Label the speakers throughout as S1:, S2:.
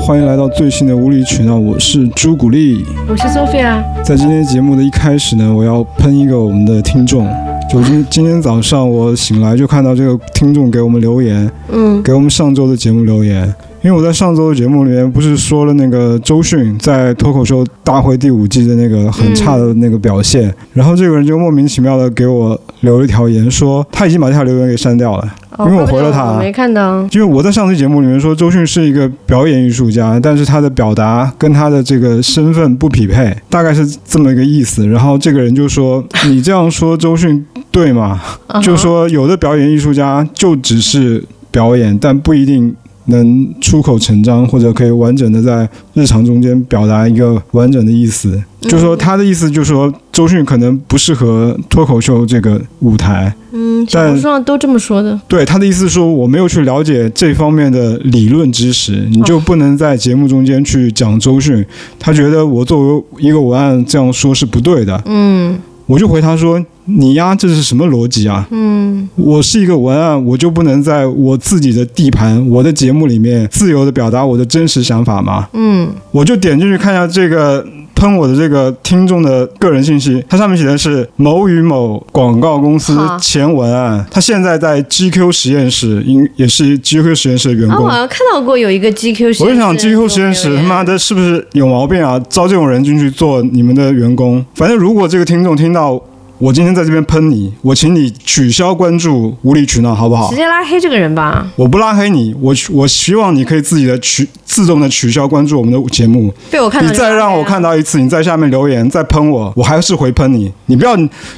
S1: 欢迎来到最新的无理取闹，我是朱古力。
S2: 我是 Sophia，啊
S1: 在今天节目的一开始呢，我要喷一个我们的听众。就今今天早上我醒来就看到这个听众给我们留言，
S2: 嗯，
S1: 给我们上周的节目留言。因为我在上周的节目里面不是说了那个周迅在脱口秀大会第五季的那个很差的那个表现，然后这个人就莫名其妙的给我留了一条言说他已经把这条留言给删掉了，
S2: 哦
S1: 因为我回了他
S2: 我没看到，
S1: 因为我在上期节目里面说周迅是一个表演艺术家，但是他的表达跟他的这个身份不匹配，大概是这么一个意思。然后这个人就说：“你这样说周迅对吗？”
S2: 啊嗯
S1: 就说有的表演艺术家就只是表演，但不一定能出口成章，或者可以完整的在日常中间表达一个完整的意思。就说他的意思，就是说周迅可能不适合脱口秀这个舞台。
S2: 嗯，小
S1: 但
S2: 红书上都这么说的，
S1: 对他的意思是说，我没有去了解这方面的理论知识，你就不能在节目中间去讲周迅。他觉得我作为一个文案这样说是不对的，
S2: 嗯
S1: 我就回他说：“你呀，这是什么逻辑啊？
S2: 嗯
S1: 我是一个文案，我就不能在我自己的地盘、我的节目里面自由的表达我的真实想法吗？”
S2: 嗯，
S1: 我就点进去看一下这个喷我的这个听众的个人信息，它上面写的是某与某广告公司
S2: 好
S1: 前文案，他现在在 GQ 实验室，应也是 GQ 实验室的员
S2: 啊，
S1: 工。
S2: 我好像看到过有一个 GQ 实验室，
S1: 我就想，GQ 实验室他妈，的是不是有毛病啊？招这种人进去做你们的员工。反正如果这个听众听到我今天在这边喷你，我请你取消关注无理取闹，好不好
S2: 直？接拉黑这个人吧，
S1: 我不拉黑你，我我希望你可以自己的取自动的取消关注我们的节目。
S2: 被我看到，
S1: 你再让我看，到一次，你在下面留言再喷我，我还是回喷你。你不要，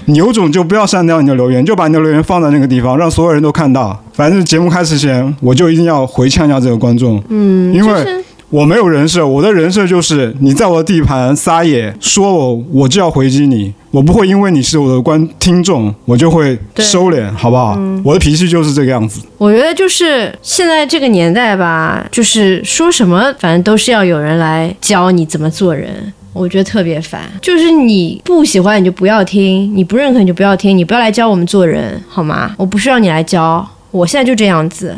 S1: 你有种就不要删掉你的留言，就把你的留言放在那个地方，让所有人都看到。反正节目开始前，我就一定要回呛一下这个观众，
S2: 嗯，
S1: 因为
S2: 就是
S1: 我没有人设，我的人设就是你在我的地盘撒野，说我我就要回击你，我不会因为你是我的观听众，我就会
S2: 对
S1: 收敛，好不好？我的脾气就是这个样子。
S2: 我觉得就是现在这个年代吧，就是说什么反正都是要有人来教你怎么做人。我觉得特别烦，就是你不喜欢你就不要听，你不认可你就不要听，你不要来教我们做人，好吗？我不是让你来教，我现在就这样子，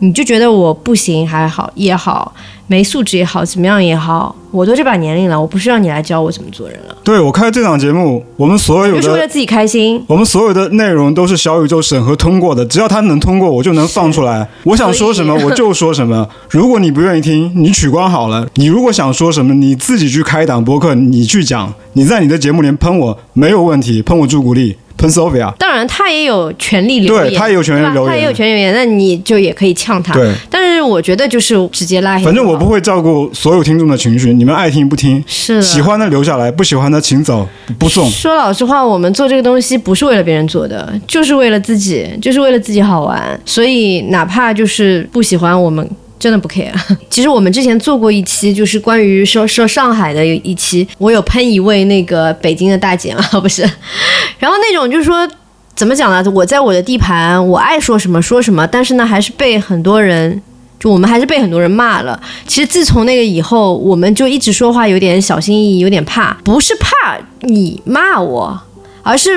S2: 你就觉得我不行还好也好，没素质也好，怎么样也好，我都这把年龄了，我不是让你来教我怎么做人了，
S1: 对我开这档节目，我们所有
S2: 就是为
S1: 的
S2: 了自己开心。
S1: 我们所有的内容都是小宇宙审核通过的，只要他能通过，我就能放出来。我想说什么
S2: 所以
S1: 我就说什么。如果你不愿意听，你取关好了。你如果想说什么，你自己去开一档播客，你去讲。你在你的节目里面喷我没有问题，喷我朱古力，喷 Sophia。
S2: 当然，他也有权利留言，
S1: 对他也有权利
S2: 对吧
S1: 留言
S2: 他也有权利留言，那你就也可以呛他。
S1: 对，
S2: 但是我觉得就是直接拉黑就好，
S1: 反正我不会照顾所有听众的情绪，你们爱听不听，
S2: 是的
S1: 喜欢的留下来，不喜欢的请走，不送。
S2: 说老实话，我们做这个东西不是为了别人做的，就是为了自己，就是为了自己好玩。所以哪怕就是不喜欢我们。真的不 care。其 实我们之前做过一期，就是关于说说上海的一期，我有喷一位那个北京的大姐嘛， 不是，然后那种就是说怎么讲呢？我在我的地盘，我爱说什么说什么，但是呢，还是被很多人，就我们还是被很多人骂了。其实自从那个以后，我们就一直说话有点小心翼翼，有点怕，不是怕你骂我，而是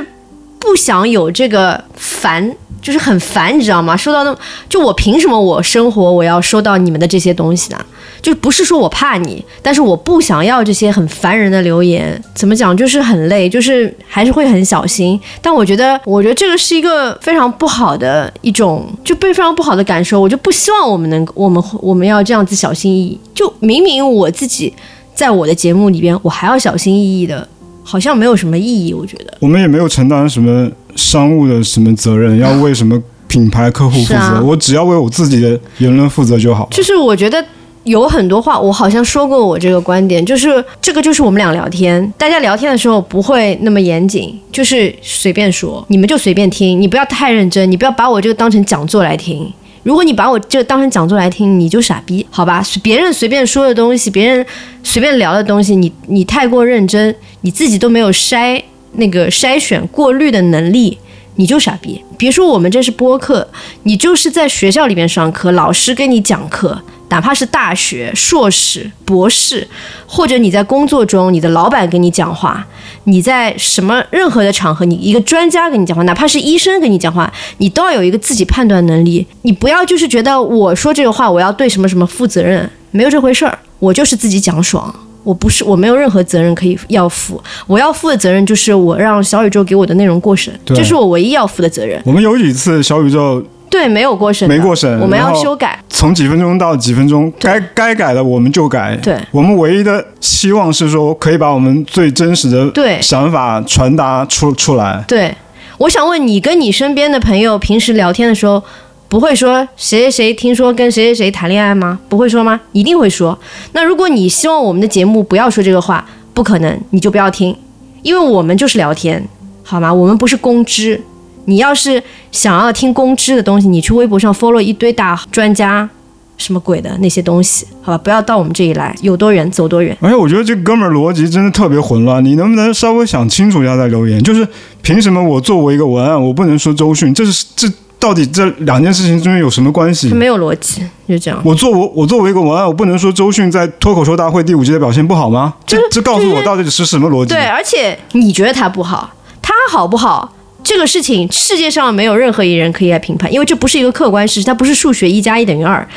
S2: 不想有这个烦。就是很烦，你知道吗？收到那就我凭什么我生活我要收到你们的这些东西呢？就不是说我怕你，但是我不想要这些很烦人的留言。怎么讲，就是很累，就是还是会很小心。但我觉得，我觉得这个是一个非常不好的一种，就被非常不好的感受。我就不希望我们能， 我们我们要这样子小心翼翼。就明明我自己在我的节目里边，我还要小心翼翼的，好像没有什么意义。我觉得
S1: 我们也没有承担什么商务的什么责任，要为什么品牌客户负
S2: 是
S1: 责。
S2: 啊
S1: 我只要为我自己的言论负责就好。
S2: 就是我觉得。有很多话，我好像说过我这个观点，就是这个就是我们俩聊天，大家聊天的时候不会那么严谨，就是随便说，你们就随便听，你不要太认真，你不要把我这个当成讲座来听，如果你把我这个当成讲座来听，你就傻逼，好吧？随别人随便说的东西，别人随便聊的东西，你你太过认真，你自己都没有筛那个筛选过滤的能力，你就傻逼。别说我们这是播客，你就是在学校里面上课，老师给你讲课，哪怕是大学、硕士、博士，或者你在工作中，你的老板跟你讲话，你在什么任何的场合，你一个专家跟你讲话，哪怕是医生跟你讲话，你都要有一个自己判断能力。你不要就是觉得我说这个话，我要对什么什么负责任，没有这回事儿，我就是自己讲爽。我不是，我没有任何责任可以要负，我要负的责任就是我让小宇宙给我的内容过审，
S1: 对
S2: 这是我唯一要负的责任。
S1: 我们有几次小宇宙
S2: 对，没有过审的，
S1: 没过审
S2: 我们
S1: 然
S2: 要
S1: 后
S2: 修改。
S1: 从几分钟到几分钟，该该改的我们就改。
S2: 对
S1: 我们唯一的期望是说，可以把我们最真实
S2: 对
S1: 的想法传达出出来。
S2: 对，我想问你，跟你身边的朋友平时聊天的时候，不会说谁谁谁听说跟谁谁谁谈恋爱吗？不会说吗？一定会说。那如果你希望我们的节目不要说这个话，不可能，你就不要听，因为我们就是聊天，好吗？我们不是公知。你要是想要听公知的东西，你去微博上 follow 一堆大专家，什么鬼的那些东西，好吧？不要到我们这里来，有多远走多远。
S1: 而且我觉得这哥们儿逻辑真的特别混乱，你能不能稍微想清楚一下再留言？就是凭什么我作为一个文案，我不能说周迅？这是这到底这两件事情之间有什么关系
S2: 它？没有逻辑，就这样。
S1: 我作我我作为一个文案，我不能说周迅在脱口秀大会第五季的表现不好吗？这这啊告诉我到底是什么逻辑？
S2: 对，而且你觉得他不好，他好不好？这个事情世界上没有任何一人可以来评判，因为这不是一个客观事实，它不是数学一加一等于二。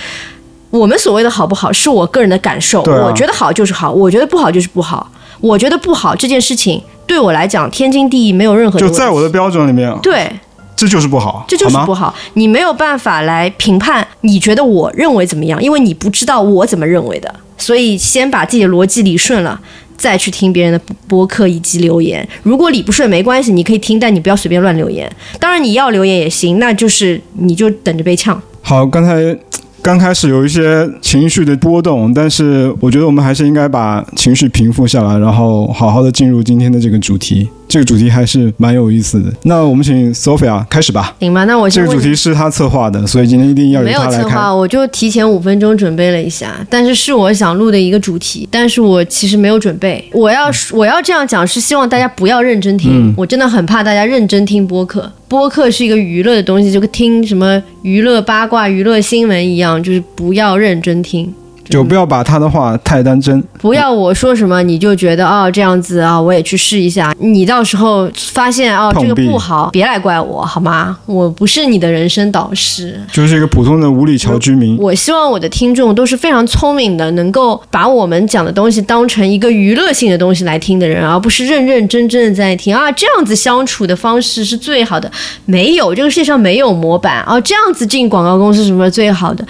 S2: 我们所谓的好不好，是我个人的感受，
S1: 对啊
S2: 我觉得好就是好，我觉得不好就是不好。我觉得不好这件事情对我来讲天经地义，没有任何的
S1: 就
S2: 问题
S1: 在我的标准里面，啊
S2: 对，
S1: 这就是不好，
S2: 这就是
S1: 好
S2: 不
S1: 吗？
S2: 好，你没有办法来评判，你觉得我认为怎么样，因为你不知道我怎么认为的，所以先把自己的逻辑理顺了。再去听别人的播客以及留言，如果理不顺没关系，你可以听，但你不要随便乱留言。当然你要留言也行，那就是你就等着被呛。
S1: 好，刚才。刚开始有一些情绪的波动，但是我觉得我们还是应该把情绪平复下来，然后好好的进入今天的这个主题。这个主题还是蛮有意思的。那我们请 Sophia 开始吧。
S2: 行吧，那我
S1: 这
S2: 先
S1: 个
S2: 问
S1: 主
S2: 你
S1: 题是他策划的，所以今天一定要由
S2: 没有
S1: 他来
S2: 策划，
S1: 开。
S2: 我就提前五分钟准备了一下，但是是我想录的一个主题，但是我其实没有准备。我要我要这样讲，是希望大家不要认真听，
S1: 嗯
S2: 我真的很怕大家认真听播客。播客是一个娱乐的东西，就跟听什么娱乐八卦、娱乐新闻一样，就是不要认真听。
S1: 就不要把他的话太当真。
S2: 不要我说什么你就觉得哦这样子啊、我也去试一下。你到时候发现哦这个
S1: 碰壁
S2: 不好，别来怪我好吗？我不是你的人生导师。
S1: 就是一个普通的五里桥居民。
S2: 我希望我的听众都是非常聪明的，能够把我们讲的东西当成一个娱乐性的东西来听的人，而不是认认真真的在听啊。这样子相处的方式是最好的，没有这个世界上没有模板啊。这样子进广告公司什么最好的？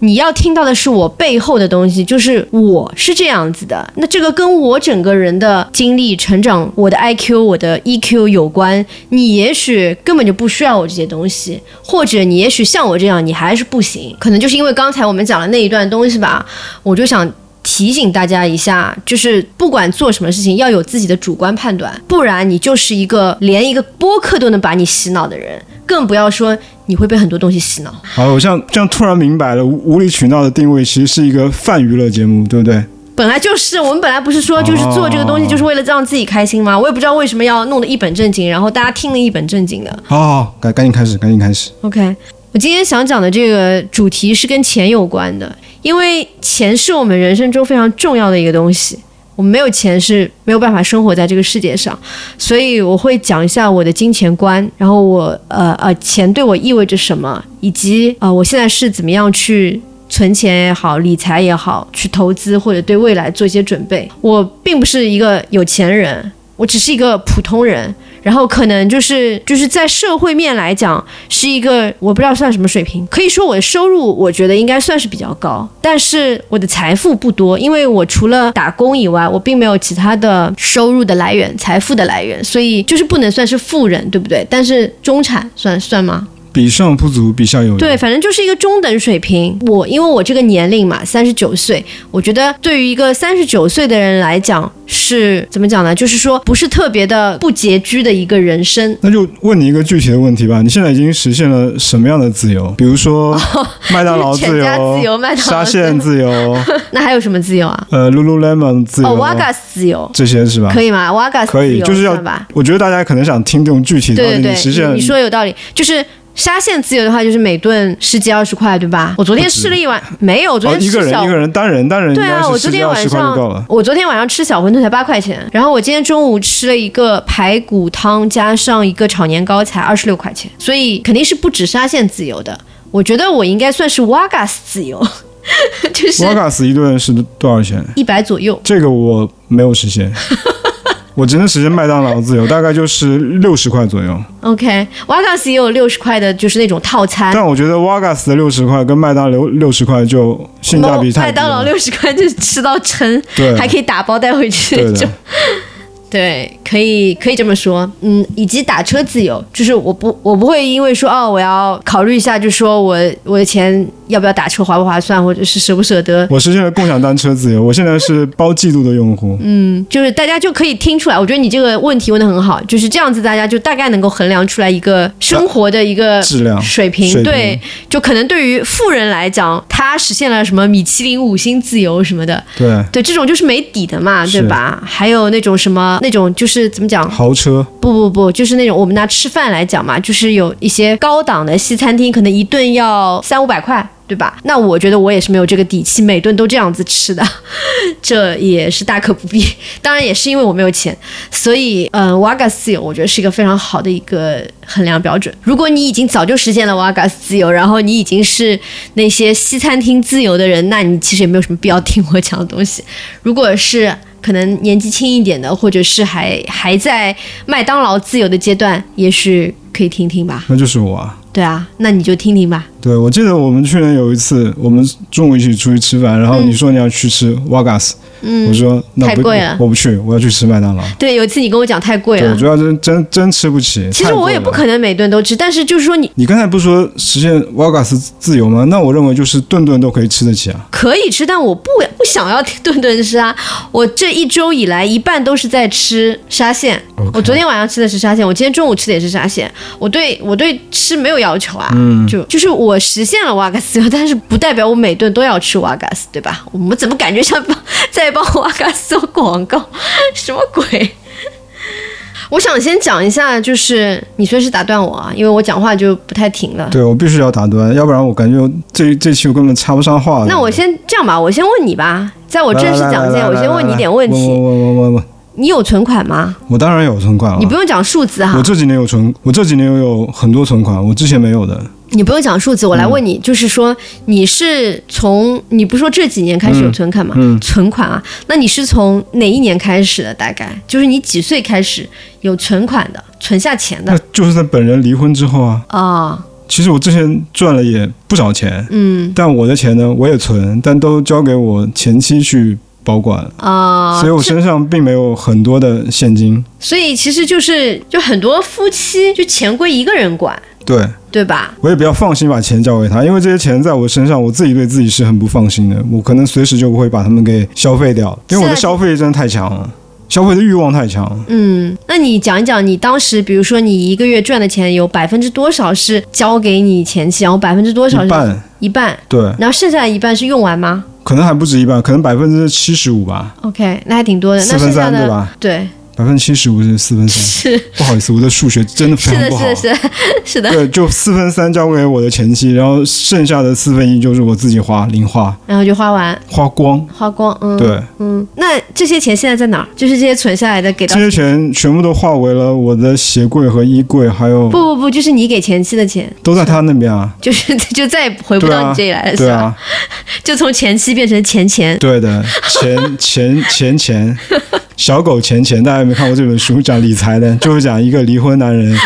S2: 你要听到的是我背后的东西，就是我是这样子的。那这个跟我整个人的经历、成长、我的 IQ、我的 EQ 有关。你也许根本就不需要我这些东西，或者你也许像我这样，你还是不行。可能就是因为刚才我们讲的那一段东西吧，我就想。提醒大家一下，就是不管做什么事情，要有自己的主观判断，不然你就是一个连一个播客都能把你洗脑的人，更不要说你会被很多东西洗脑。
S1: 好，我像这样突然明白了，无无理取闹的定位其实是一个泛娱乐节目，对不对？
S2: 本来就是，我们本来不是说就是做这个东西就是为了让自己开心吗？我也不知道为什么要弄得一本正经，然后大家听了一本正经的。
S1: 好好，好赶赶紧开始，赶紧开始。
S2: OK，我今天想讲的这个主题是跟钱有关的，因为钱是我们人生中非常重要的一个东西。我们没有钱是没有办法生活在这个世界上，所以我会讲一下我的金钱观，然后我呃呃钱对我意味着什么，以及呃我现在是怎么样去存钱也好，理财也好，去投资或者对未来做一些准备。我并不是一个有钱人，我只是一个普通人，然后可能就是就是在社会面来讲，是一个我不知道算什么水平，可以说我的收入我觉得应该算是比较高，但是我的财富不多，因为我除了打工以外，我并没有其他的收入的来源、财富的来源，所以就是不能算是富人，对不对？但是中产算算吗？
S1: 比上不足，比下有余。
S2: 对，，反正就是一个中等水平。我因为我这个年龄嘛，三十九岁，我觉得对于一个三十九岁的人来讲是怎么讲呢？就是说不是特别的不拮据的一个人生。
S1: 那就问你一个具体的问题吧，你现在已经实现了什么样的自由？比如说麦 当劳
S2: 哦全家自由麦当
S1: 沙
S2: 劳自由
S1: 县自由，
S2: 那还有什么自由啊？
S1: 呃，Lululemon 自由，
S2: 哦，Wagas 自由。
S1: 这些是吧？
S2: 可以吗？Wagas
S1: 可以
S2: 自由
S1: 就是要
S2: 算吧？
S1: 我觉得大家可能想听这种具体的，
S2: 对对
S1: 到底你实现
S2: 对，你说有道理，就是。沙县自由的话，就是每顿十几二十块，对吧？我昨天
S1: 不止
S2: 吃了一碗，没有，我昨
S1: 哦，
S2: 天
S1: 一个
S2: 吃
S1: 人
S2: 小
S1: 一个人单人单人应
S2: 对
S1: 该
S2: 啊，
S1: 是
S2: 我
S1: 十
S2: 昨
S1: 几
S2: 天
S1: 二
S2: 晚
S1: 十块就够了
S2: 上。我昨天晚上吃小馄饨才八块钱，然后我今天中午吃了一个排骨汤加上一个炒年糕才二十六块钱，所以肯定是不止沙县自由的。我觉得我应该算是 Wagas 自由，就是
S1: 瓦嘎斯一顿是多少钱？
S2: 一百左右。
S1: 这个我没有实 现，我只能实现麦当劳自由，大概就是六十块左右。
S2: OK，瓦嘎斯也有六十块的，就是那种套餐。
S1: 但我觉得瓦嘎斯的六十块跟麦当劳六十块就性价比太低了
S2: 麦当劳六十块就吃到撑，
S1: 对
S2: 还可以打包带回去那
S1: 对
S2: 种
S1: 的。，
S2: 对，可以可以这么说，嗯，以及打车自由，就是我不我不会因为说哦，我要考虑一下，就说我我的钱要不要打车划不划算，或者是舍不舍 得，
S1: 我实现了共享单车自由，我现在是包季度的用户。
S2: 嗯，就是大家就可以听出来，我觉得你这个问题问的很好，就是这样子，大家就大概能够衡量出来一个生活的一个
S1: 质量
S2: 水平，
S1: 水平
S2: 对，就可能对于富人来讲，他实现了什么米其林五星自由什么的，
S1: 对，
S2: 对，这种就是没底的嘛，对
S1: 是
S2: 吧？还有那种什么那种就是怎么讲？
S1: 豪车
S2: 不不不，就是那种我们拿吃饭来讲嘛，就是有一些高档的西餐厅，可能一顿要三五百块，对吧？那我觉得我也是没有这个底气，每顿都这样子吃的， 这也是大可不必。当然也是因为我没有钱，所以嗯，瓦嘎斯自由我觉得是一个非常好的一个衡量标准。如果你已经早就实现了瓦嘎斯自由，然后你已经是那些西餐厅自由的人，那你其实也没有什么必要听我讲的东西。如果是可能年纪轻一点的，或者是还还在麦当劳自由的阶段，也许可以听听吧。
S1: 那就是我啊。
S2: 对啊，那你就听听吧。
S1: 对，我记得我们去年有一次，我们中午一起出去吃饭，然后你说你要去吃瓦嘎斯，我说那
S2: 嗯太
S1: 不
S2: 贵了
S1: 我不去，我要去吃麦当劳。
S2: 对，有一次你跟我讲太贵
S1: 对，
S2: 了
S1: 主，要真真真吃不起。
S2: 其实
S1: 太
S2: 我
S1: 贵
S2: 也不
S1: 了
S2: 可能每顿都吃，但是就是说你
S1: 你刚才不是说实现瓦嘎斯自由吗？那我认为就是顿顿都可以吃得起啊。
S2: 可以吃，但我不不想要顿顿吃啊。我这一周以来一半都是在吃沙县。我昨天晚上吃的是沙县，我今天中午吃的也是沙县。我对我对吃没有要求啊，就就是我实现了瓦嘎斯，但是不代表我每顿都要吃瓦嘎斯，对吧？我们怎么感觉像帮在帮瓦嘎斯做广告？什么鬼？我想先讲一下，就是你随时打断我啊，因为我讲话就不太停了。
S1: 对我必须要打断，要不然我感觉这这期我根本插不上话的。
S2: 那我先这样吧，我先问你吧，在我正式讲之前，我先问你一点问
S1: 我
S2: 题：
S1: 我我我我
S2: 你有存款吗？
S1: 我当然有存款了
S2: 你。不用讲数字哈
S1: 啊我，这几年有存，我这几年有很多存款，我之前没有的。
S2: 你不用讲数字，我来
S1: 嗯
S2: 问你，就是说你是从你不是说这几年开始
S1: 嗯
S2: 有存款吗？存款啊，那你是从哪一年开始的？大概就是你几岁开始有存款的，存下钱的
S1: 那就是在本人离婚之后啊。
S2: 啊？
S1: 其实我之前赚了也不少钱，嗯，但我的钱呢，我也存，但都交给我前妻去保管，
S2: 啊、
S1: 所以我身上并没有很多的现金。
S2: 所以其实就是就很多夫妻就钱归一个人管，
S1: 对，
S2: 对吧？
S1: 我也比较放心把钱交给他，因为这些钱在我身上，我自己对自己是很不放心的，我可能随时就会把他们给消费掉，因为我的
S2: 是啊
S1: 消费真的太强了，消费的欲望太强了。
S2: 嗯，那你讲一讲，你当时比如说你一个月赚的钱有百分之多少是交给你前妻，然后百分之多少是
S1: 一半，
S2: 一半
S1: 对，
S2: 然后剩下的一半是用完吗
S1: 可能还不止一半，可能百分之七十五吧，
S2: ？OK，那还挺多的。嗯那
S1: 四
S2: 剩
S1: 分
S2: 下
S1: 三
S2: 的
S1: 对吧？
S2: 对，
S1: 百分之七十五是四分三，
S2: 是
S1: 不好意思，我的数学真的非
S2: 是
S1: 常
S2: 的，
S1: 不
S2: 是
S1: 好。
S2: 的，是的，是的。
S1: 对，就四分三交给我的前妻，然后剩下的四分一就是我自己花零花
S2: 然后就花完，
S1: 花光。
S2: 花光。嗯，
S1: 对，
S2: 嗯。那这些钱现在在哪儿？就是这些存下来的给到
S1: 这。些钱全部都化为了我的鞋柜和衣柜，还有
S2: 不不不，就是你给前妻的钱，
S1: 都在他那边啊。
S2: 就是 就再也回不
S1: 对
S2: 到
S1: 啊
S2: 你这里来了，
S1: 对
S2: 是吧？
S1: 啊，
S2: 就从前妻变成前前，
S1: 对的，钱 钱钱钱，小狗钱钱，大家有没有看过这本书？讲理财的，就是讲一个离婚男 人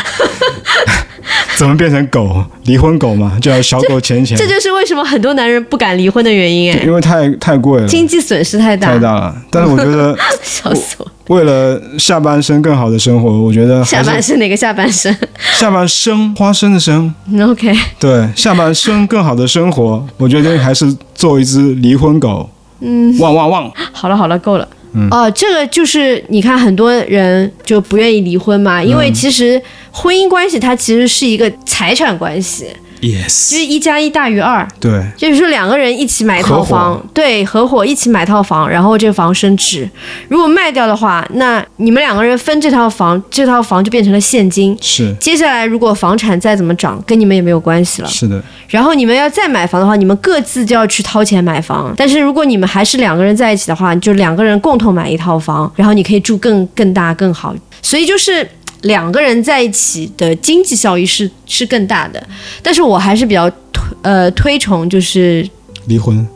S1: 怎么变成狗，离婚狗嘛，就叫小狗钱钱
S2: 这，就是为什么很多男人不敢离婚的原因。哎，
S1: 因为太太贵了，
S2: 经济损失太大，
S1: 太大了。但是我觉得，
S2: 笑死我！
S1: 为了下半生更好的生活，我觉得还
S2: 下
S1: 是
S2: 半身哪个下半身
S1: 下半生花生的生，
S2: ？OK，
S1: 对，下半生更好的生活，我觉得还是做一只离婚狗。嗯，汪汪汪！
S2: 好了好了，够了。哦，这个就是你看，很多人就不愿意离婚嘛，因为其实婚姻关系它其实是一个财产关系，就
S1: Yes，
S2: 是一加一大于二，
S1: 对，
S2: 就是说两个人一起买一套
S1: 合
S2: 房，对，合伙一起买套房，然后这个房升值，如果卖掉的话，那你们两个人分这套房，这套房就变成了现金。
S1: 是
S2: 接下来如果房产再怎么涨，跟你们也没有关系了。
S1: 是的，
S2: 然后你们要再买房的话，你们各自就要去掏钱买房。但是如果你们还是两个人在一起的话，就两个人共同买一套房，然后你可以住更更大更好。所以就是。两个人在一起的经济效益是是更大的，但是我还是比较推呃推崇就是
S1: 离婚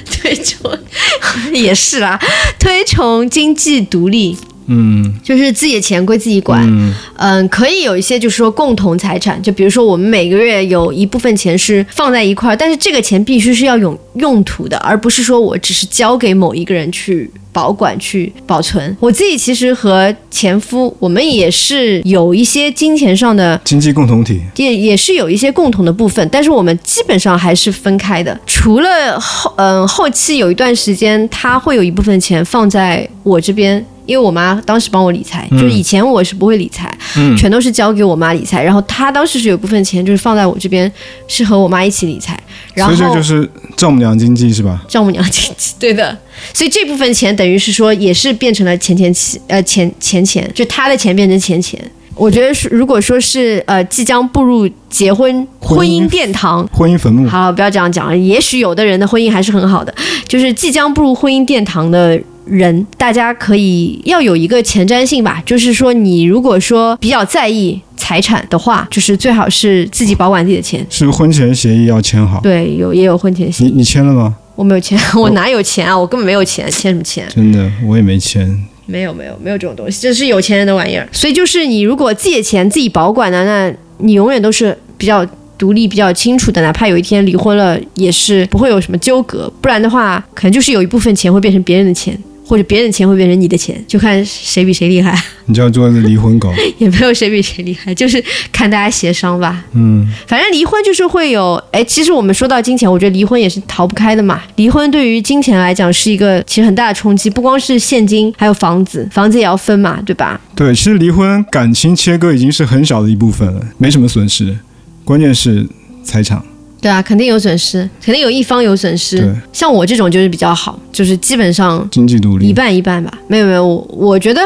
S2: 推崇 也是啦，推崇经济独立，
S1: 嗯
S2: 就是自己的钱归自己管。
S1: 嗯
S2: 嗯，可以有一些就是说共同财产，就比如说我们每个月有一部分钱是放在一块儿，但是这个钱必须是要用用途的，而不是说我只是交给某一个人去保管、去保存。我自己其实和前夫，我们也是有一些金钱上的。
S1: 经济共同体，
S2: 也也是有一些共同的部分，但是我们基本上还是分开的。除了后嗯、后期有一段时间，他会有一部分钱放在我这边，因为我妈当时帮我理财，就是以前我是不会理财，
S1: 嗯
S2: 全都是交给我妈理财。然后她当时是有一部分钱就是放在我这边，是和我妈一起理财。然
S1: 所
S2: 后
S1: 以这就是丈母娘经济是吧？
S2: 丈母娘经济， 对的。所以这部分钱等于是说，也是变成了钱钱钱，呃，钱钱钱，就他的钱变成钱钱。我觉得是，如果说是呃，即将步入结婚
S1: 婚
S2: 婚
S1: 姻
S2: 姻殿堂，
S1: 婚姻坟墓，
S2: 好，不要这样讲了。也许有的人的婚姻还是很好的，就是即将步入婚姻殿堂的人，大家可以要有一个前瞻性吧。就是说，你如果说比较在意财产的话，就是最好是自己保管自己的钱。
S1: 是不是婚前协议要签好？
S2: 对，有也有婚前协
S1: 你
S2: 议。
S1: 你签了吗？
S2: 我没有钱，我哪有钱啊？我根本没有钱，欠什么钱？
S1: 真的，我也没签。
S2: 没有没有没有这种东西，这是有钱人的玩意儿。所以就是你如果自己的钱自己保管呢，那你永远都是比较独立、比较清楚的，哪怕有一天离婚了，也是不会有什么纠葛。不然的话，可能就是有一部分钱会变成别人的钱。或者别人的钱会变成你的钱，就看谁比谁厉害，
S1: 你就要做离婚狗，
S2: 也没有谁比谁厉害，就是看大家协商吧。
S1: 嗯，
S2: 反正离婚就是会有，哎，其实我们说到金钱，我觉得离婚也是逃不开的嘛。离婚对于金钱来讲是一个其实很大的冲击，不光是现金，还有房子，房子也要分嘛，对吧？
S1: 对，其实离婚感情切割已经是很小的一部分了，没什么损失，关键是财产。
S2: 对啊，肯定有损失，肯定有一方有损失
S1: 对。
S2: 像我这种就是比较好，就是基本上
S1: 经济独
S2: 一
S1: 立，
S2: 半一半吧。没有没有，我我觉得，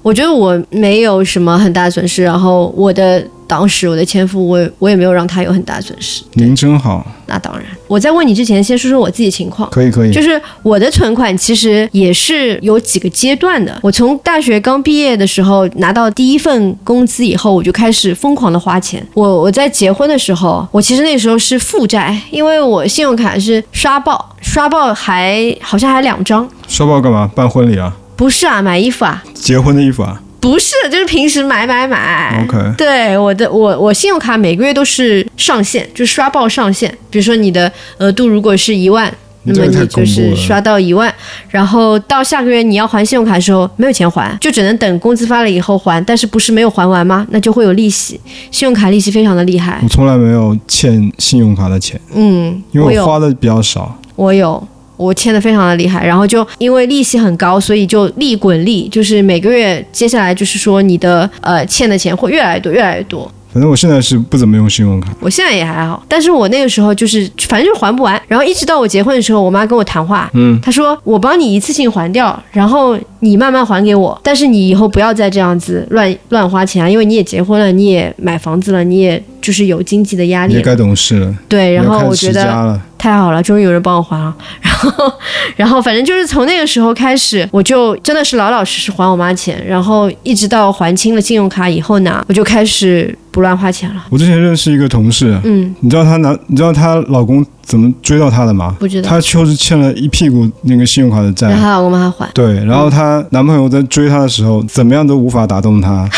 S2: 我觉得我没有什么很大损失。然后我的当时我的前夫，我也我也没有让他有很大损失。
S1: 您真好，
S2: 那当然，我在问你之前，先说说我自己情况。
S1: 可以可以
S2: 就，是我的存款其实也是有几个阶段的。我从大学刚毕业的时候拿到第一份工资以后，我就开始疯狂的花钱。我我在结婚的时候，我其实那时候是负债，因为我信用卡是刷爆，刷爆还好像还两张。
S1: 刷爆干嘛？办婚礼啊，
S2: 不是啊，买衣服啊，
S1: 结婚的衣服啊
S2: 不是，就是平时买买买。
S1: ，OK，
S2: 对我的我我信用卡每个月都是上限，就是刷爆上限。比如说你的额度如果是一万，
S1: 你
S2: 那
S1: 这
S2: 么
S1: 个太
S2: 你
S1: 恐
S2: 就
S1: 怖
S2: 是
S1: 了
S2: 刷到一万，然后到下个月你要还信用卡的时候没有钱还，就只能等工资发了以后还。但是不是没有还完吗？那就会有利息，信用卡利息非常的厉害
S1: 我。从来没有欠信用卡的钱，
S2: 嗯，
S1: 因为我
S2: 有，
S1: 花的比较少，
S2: 我有。我欠的非常的厉害，然后就因为利息很高，所以就利滚利，就是每个月接下来就是说你的呃欠的钱会越来越多，越来越多。
S1: 反正我现在是不怎么用信用卡，
S2: 我现在也还好，但是我那个时候就是反正就还不完，然后一直到我结婚的时候，我妈跟我谈话，
S1: 嗯，
S2: 她说我帮你一次性还掉，然后你慢慢还给我，但是你以后不要再这样子乱乱花钱啊，因为你也结婚了，你也买房子了，你也就是有经济的压
S1: 你
S2: 力
S1: 也
S2: 了，
S1: 该懂事了，
S2: 啊对，然
S1: 你要
S2: 后
S1: 开
S2: 我
S1: 始
S2: 觉
S1: 持
S2: 得
S1: 家了，
S2: 太好了，终于有人帮我还了。然后， 然后反正就是从那个时候开始，我就真的是老老实实还我妈钱，然后一直到还清了信用卡以后呢，我就开始不乱花钱了。
S1: 我之前认识一个同事，
S2: 嗯，
S1: 你知道她男，你知道她老公怎么追到她的吗？
S2: 不知道。
S1: 她就是欠了一屁股那个信用卡的债
S2: 然，后她老公帮她还。
S1: 对，然后她男朋友在追她的时候，怎么样都无法打动 她，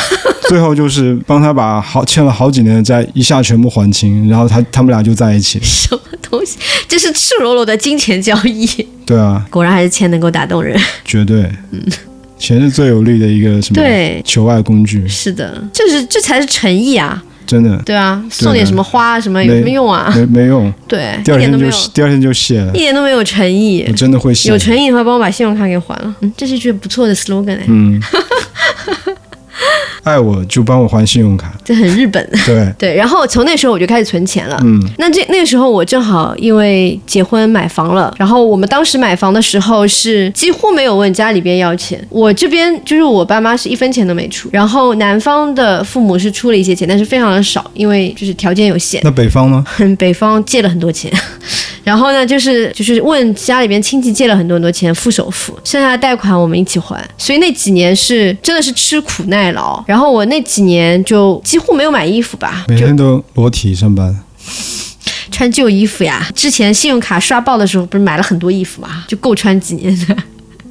S1: 最后就是帮她把好欠了好几年的债一下全部还清，然后她他们俩就在一起。
S2: 什么东西？这是赤裸裸的金钱交易。
S1: 对啊，
S2: 果然还是钱能够打动人。
S1: 绝对，钱是最有力的一个什么
S2: 嗯对，
S1: 求爱工具，
S2: 是的，这是这才是诚意啊，
S1: 真的
S2: 对啊，送点什么花啊什么
S1: 没
S2: 有什么用啊？
S1: 没没用，
S2: 对，一
S1: 第二
S2: 点
S1: 天
S2: 都没
S1: 就
S2: 有，
S1: 第二天就谢了
S2: 一，点都没有诚意
S1: 我。真的会谢
S2: 有。诚意的话，帮我把信用卡给还了。嗯，这是一句不错的 slogan 哎，
S1: 嗯，爱我就帮我还信用卡，
S2: 这很日本。
S1: 对，
S2: 对，然后从那时候我就开始存钱了。
S1: 嗯，
S2: 那这那个时候我正好因为结婚买房了，然后我们当时买房的时候是几乎没有问家里边要钱，我这边就是我爸妈是一分钱都没出，然后男方的父母是出了一些钱，但是非常的少，因为就是条件有限，
S1: 那北方呢？
S2: 北方借了很多钱， 然后呢就是就是问家里边亲戚借了很多很多钱付首付，剩下的贷款我们一起还，所以那几年是真的是吃苦耐劳，然后 我那几年就几乎没有买衣服吧，
S1: 每天都裸体上班，
S2: 穿旧衣服呀。之前信用卡刷爆的时候，不是买了很多衣服嘛，就够穿几年的。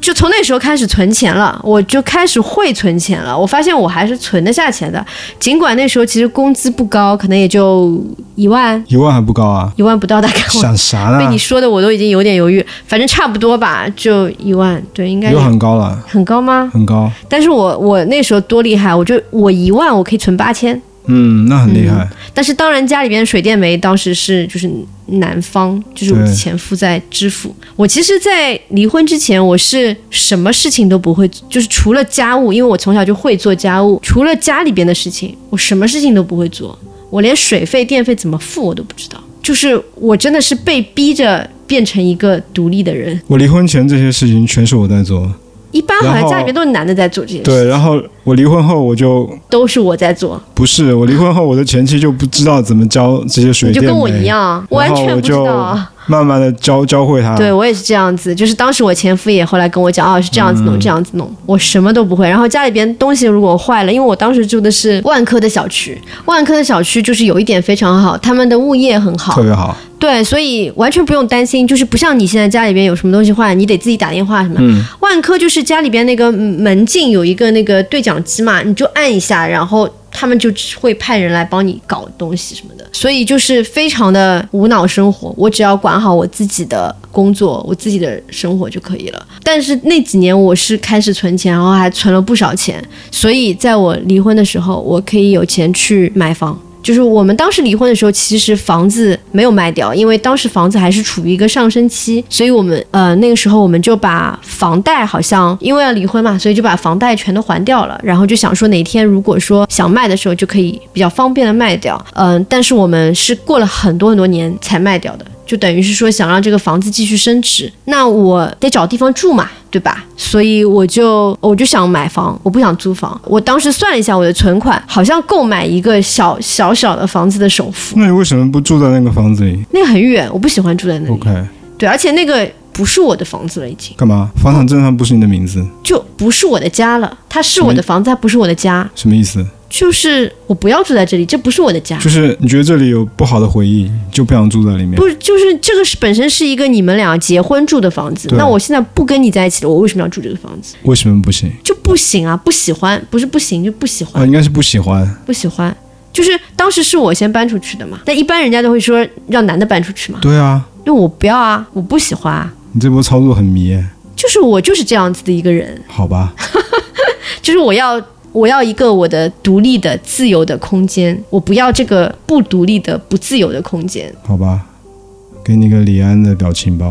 S2: 就从那时候开始存钱了，我就开始会存钱了。我发现我还是存得下钱的，尽管那时候其实工资不高，可能也就一万、
S1: 一万还不高啊？
S2: 一万不到，大概我
S1: 想啥呢
S2: 被？你说的我都已经有点犹豫，反正差不多吧，就一万，对，应该
S1: 又很高了，
S2: 很高吗？
S1: 很高。
S2: 但是我我那时候多厉害，我就我一万我可以存八千，
S1: 嗯，那很厉害。
S2: 但是当然家里边水电煤当时是就是男方就是我
S1: 对
S2: 前夫在支付。我其实，在离婚之前，我是什么事情都不会，就是除了家务，因为我从小就会做家务，除了家里边的事情，我什么事情都不会做，我连水费电费怎么付我都不知道，就是我真的是被逼着变成一个独立的人。
S1: 我离婚前这些事情全是我在做，
S2: 一般好
S1: 然
S2: 像
S1: 后
S2: 家里面都是男的在做这些事，
S1: 对。然后我离婚后，我就
S2: 都是我在做，
S1: 不是我离婚后，我的前妻就不知道怎么交这些水
S2: 你就
S1: 电煤，
S2: 跟我一样啊，完全不知道
S1: 然后我
S2: 啊。
S1: 慢慢的教教会他。
S2: 对，我也是这样子，就是当时我前夫也后来跟我讲，哦，是这样子
S1: 嗯
S2: 弄，这样子弄，我什么都不会。然后家里边东西如果坏了，因为我当时住的是万科的小区，万科的小区就是有一点非常好，他们的物业很好
S1: 特，别好，
S2: 对，所以完全不用担心，就是不像你现在家里边有什么东西坏，你得自己打电话什么。
S1: 嗯
S2: 万科就是家里边那个门禁有一个那个对讲机嘛，你就按一下，然后他们就会派人来帮你搞东西什么的。所以就是非常的无脑生活，我只要管好我自己的工作，我自己的生活就可以了。但是那几年我是开始存钱，然后还存了不少钱，所以在我离婚的时候，我可以有钱去买房。就是我们当时离婚的时候，其实房子没有卖掉，因为当时房子还是处于一个上升期，所以我们呃那个时候我们就把房贷好像因为要离婚嘛，所以就呃把房贷全都还掉了，然后就想说哪天如果说想卖的时候就可以比较方便的卖掉，嗯、但是我们是过了很多很多年才卖掉的，就等于是说想让这个房子继续升值，那我得找地方住嘛，对吧？所以我就我就想买房，我不想租房。我当时算了一下我的存款，好像够买一个小小小的房子的首付，
S1: 那你为什么不住在那个房子里
S2: 那个很远，我不喜欢住在那里。
S1: ？OK，
S2: 对，而且那个不是我的房子了，已经
S1: 干嘛？房产证上不是你的名字，
S2: 就不是我的家了。它是
S1: 嗯
S2: 我的房子，它不是我的家，
S1: 什么意思？
S2: 就是我不要住在这里，这不是我的家。
S1: 就是你觉得这里有不好的回忆，就不想住在里面。
S2: 不是，就是这个是本身是一个你们俩结婚住的房子，
S1: 对
S2: 那我现在不跟你在一起了，我为什么要住这个房子？
S1: 为什么不行？
S2: 就不行啊，不喜欢，不是不行，就不喜欢。
S1: 啊，应该是不喜欢。
S2: 不喜欢。就是当时是我先搬出去的嘛，但一般人家都会说让男的搬出去嘛，
S1: 对啊，
S2: 因为我不要啊，我不喜欢啊，
S1: 你这波操作很迷耶，
S2: 就是我就是这样子的一个人，
S1: 好吧？
S2: 就是我要我要一个我的独立的自由的空间，我不要这个不独立的不自由的空间，
S1: 好吧，给你个李安的表情包。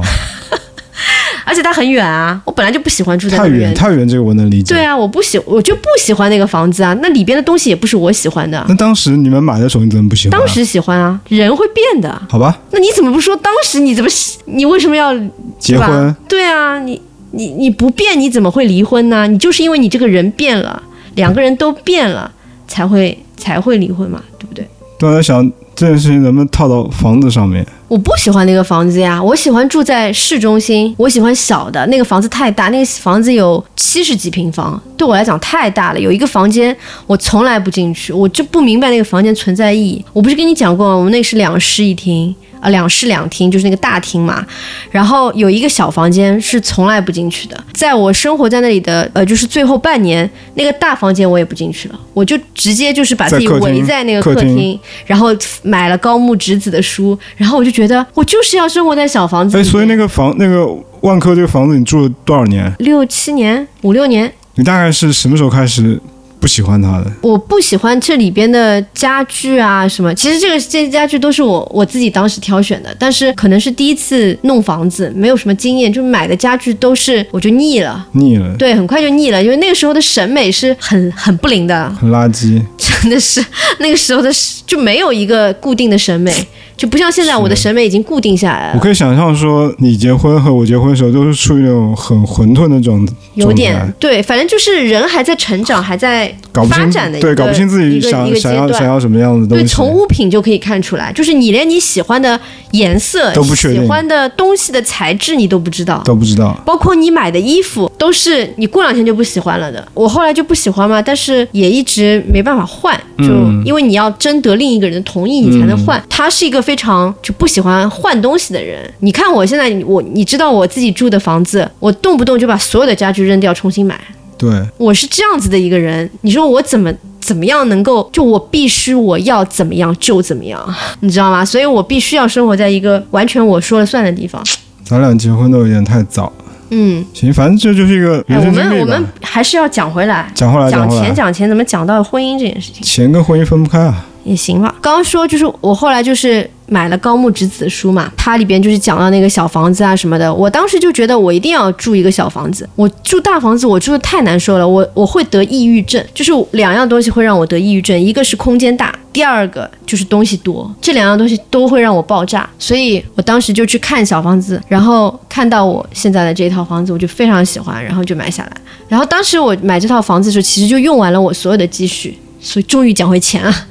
S2: 而且它很远啊，我本来就不喜欢住在
S1: 太
S2: 那
S1: 远
S2: 边，
S1: 太远，这个我能理解。
S2: 对啊，我不喜我就不喜欢那个房子啊，那里边的东西也不是我喜欢的啊，
S1: 那当时你们买的时候，你怎么不喜欢啊、
S2: 当时喜欢啊，人会变的，
S1: 好吧，
S2: 那你怎么不说当时你怎么喜你为什么要
S1: 结
S2: 对
S1: 婚
S2: 吧，对啊，你你你不变，你怎么会离婚呢？你就是因为你这个人变了，两个人都变了，才会才会离婚嘛，对不对？
S1: 对我在想这件事情能不能套到房子上面？
S2: 我不喜欢那个房子呀，我喜欢住在市中心，我喜欢小的那个房子太大，那个房子有七十几平方，对我来讲太大了。有一个房间我从来不进去，我就不明白那个房间存在意义。我不是跟你讲过吗？我们那是两室一厅啊、两室两厅就是那个大厅嘛，然后有一个小房间是从来不进去的。在我生活在那里的呃，就是最后半年，那个大房间我也不进去了，我就直接就是把自己
S1: 在客厅
S2: 围在那个
S1: 客
S2: 客
S1: 厅
S2: 厅然后买了高木直子的书，然后我就觉得我就是要生活在小房子
S1: 哎，
S2: 里。
S1: 所以那个房那个万科这个房子，你住了多少年？
S2: 六七年、五六年，
S1: 你大概是什么时候开始不喜欢它的？
S2: 我不喜欢这里边的家具啊什么。其实这个这些家具都是我我自己当时挑选的，但是可能是第一次弄房子，没有什么经验，就买的家具都是我就腻了。
S1: 腻了，
S2: 对，很快就腻了，因为那个时候的审美是很很不灵的，
S1: 很垃圾。
S2: 真的是那个时候的就没有一个固定的审美，就不像现在我的审美已经固定下来
S1: 我
S2: 了，
S1: 可以想象说，你结婚和我结婚的时候，都是处于那种很混沌的状
S2: 有
S1: 状
S2: 点
S1: 态
S2: 对，反正就是人还在成长，还在
S1: 搞不
S2: 发
S1: 清
S2: 展的一个
S1: 对，搞不清自己
S2: 一个一
S1: 想
S2: 个
S1: 想
S2: 阶
S1: 要
S2: 段
S1: 想要什么样的东
S2: 对，
S1: 西。
S2: 从物品就可以看出来，就是你连你喜欢的颜色、
S1: 都不确定
S2: 喜欢的东西的材质你都不知道，
S1: 都不知道，
S2: 包括你买的衣服，都是你过两天就不喜欢了的。我后来就不喜欢嘛，但是也一直没办法换，就
S1: 嗯
S2: 因为你要征得另一个人的同意，你才能换。他是一个非常就不喜欢换东西的人。你看我现在，我你知道我自己住的房子，我动不动就把所有的家具扔掉，重新买。
S1: 对，
S2: 我是这样子的一个人，你说我怎么怎么样能够？就我必须我要怎么样就怎么样，你知道吗？所以我必须要生活在一个完全我说了算的地方。
S1: 咱俩结婚都有点太早。
S2: 嗯，
S1: 行，反正这就是一个
S2: 哎，
S1: 人
S2: 我
S1: 生经
S2: 们
S1: 历
S2: 我
S1: 吧。
S2: 们还是要讲回来，
S1: 讲回来，
S2: 讲
S1: 回
S2: 钱
S1: 来，
S2: 讲钱，怎么讲到婚姻这件事情
S1: 钱跟婚姻分不开啊。
S2: 也行吧？刚刚说就是我后来就是买了高木直子的书嘛，它里边就是讲到那个小房子啊什么的，我当时就觉得我一定要住一个小房子，我住大房子我住的太难受了，我我会得抑郁症，就是两样东西会让我得抑郁症，一个是空间大，第二个就是东西多，这两样东西都会让我爆炸，所以我当时就去看小房子，然后看到我现在的这套房子，我就非常喜欢，然后就买下来。然后当时我买这套房子的时候，其实就用完了我所有的积蓄，所以终于讲回钱啊。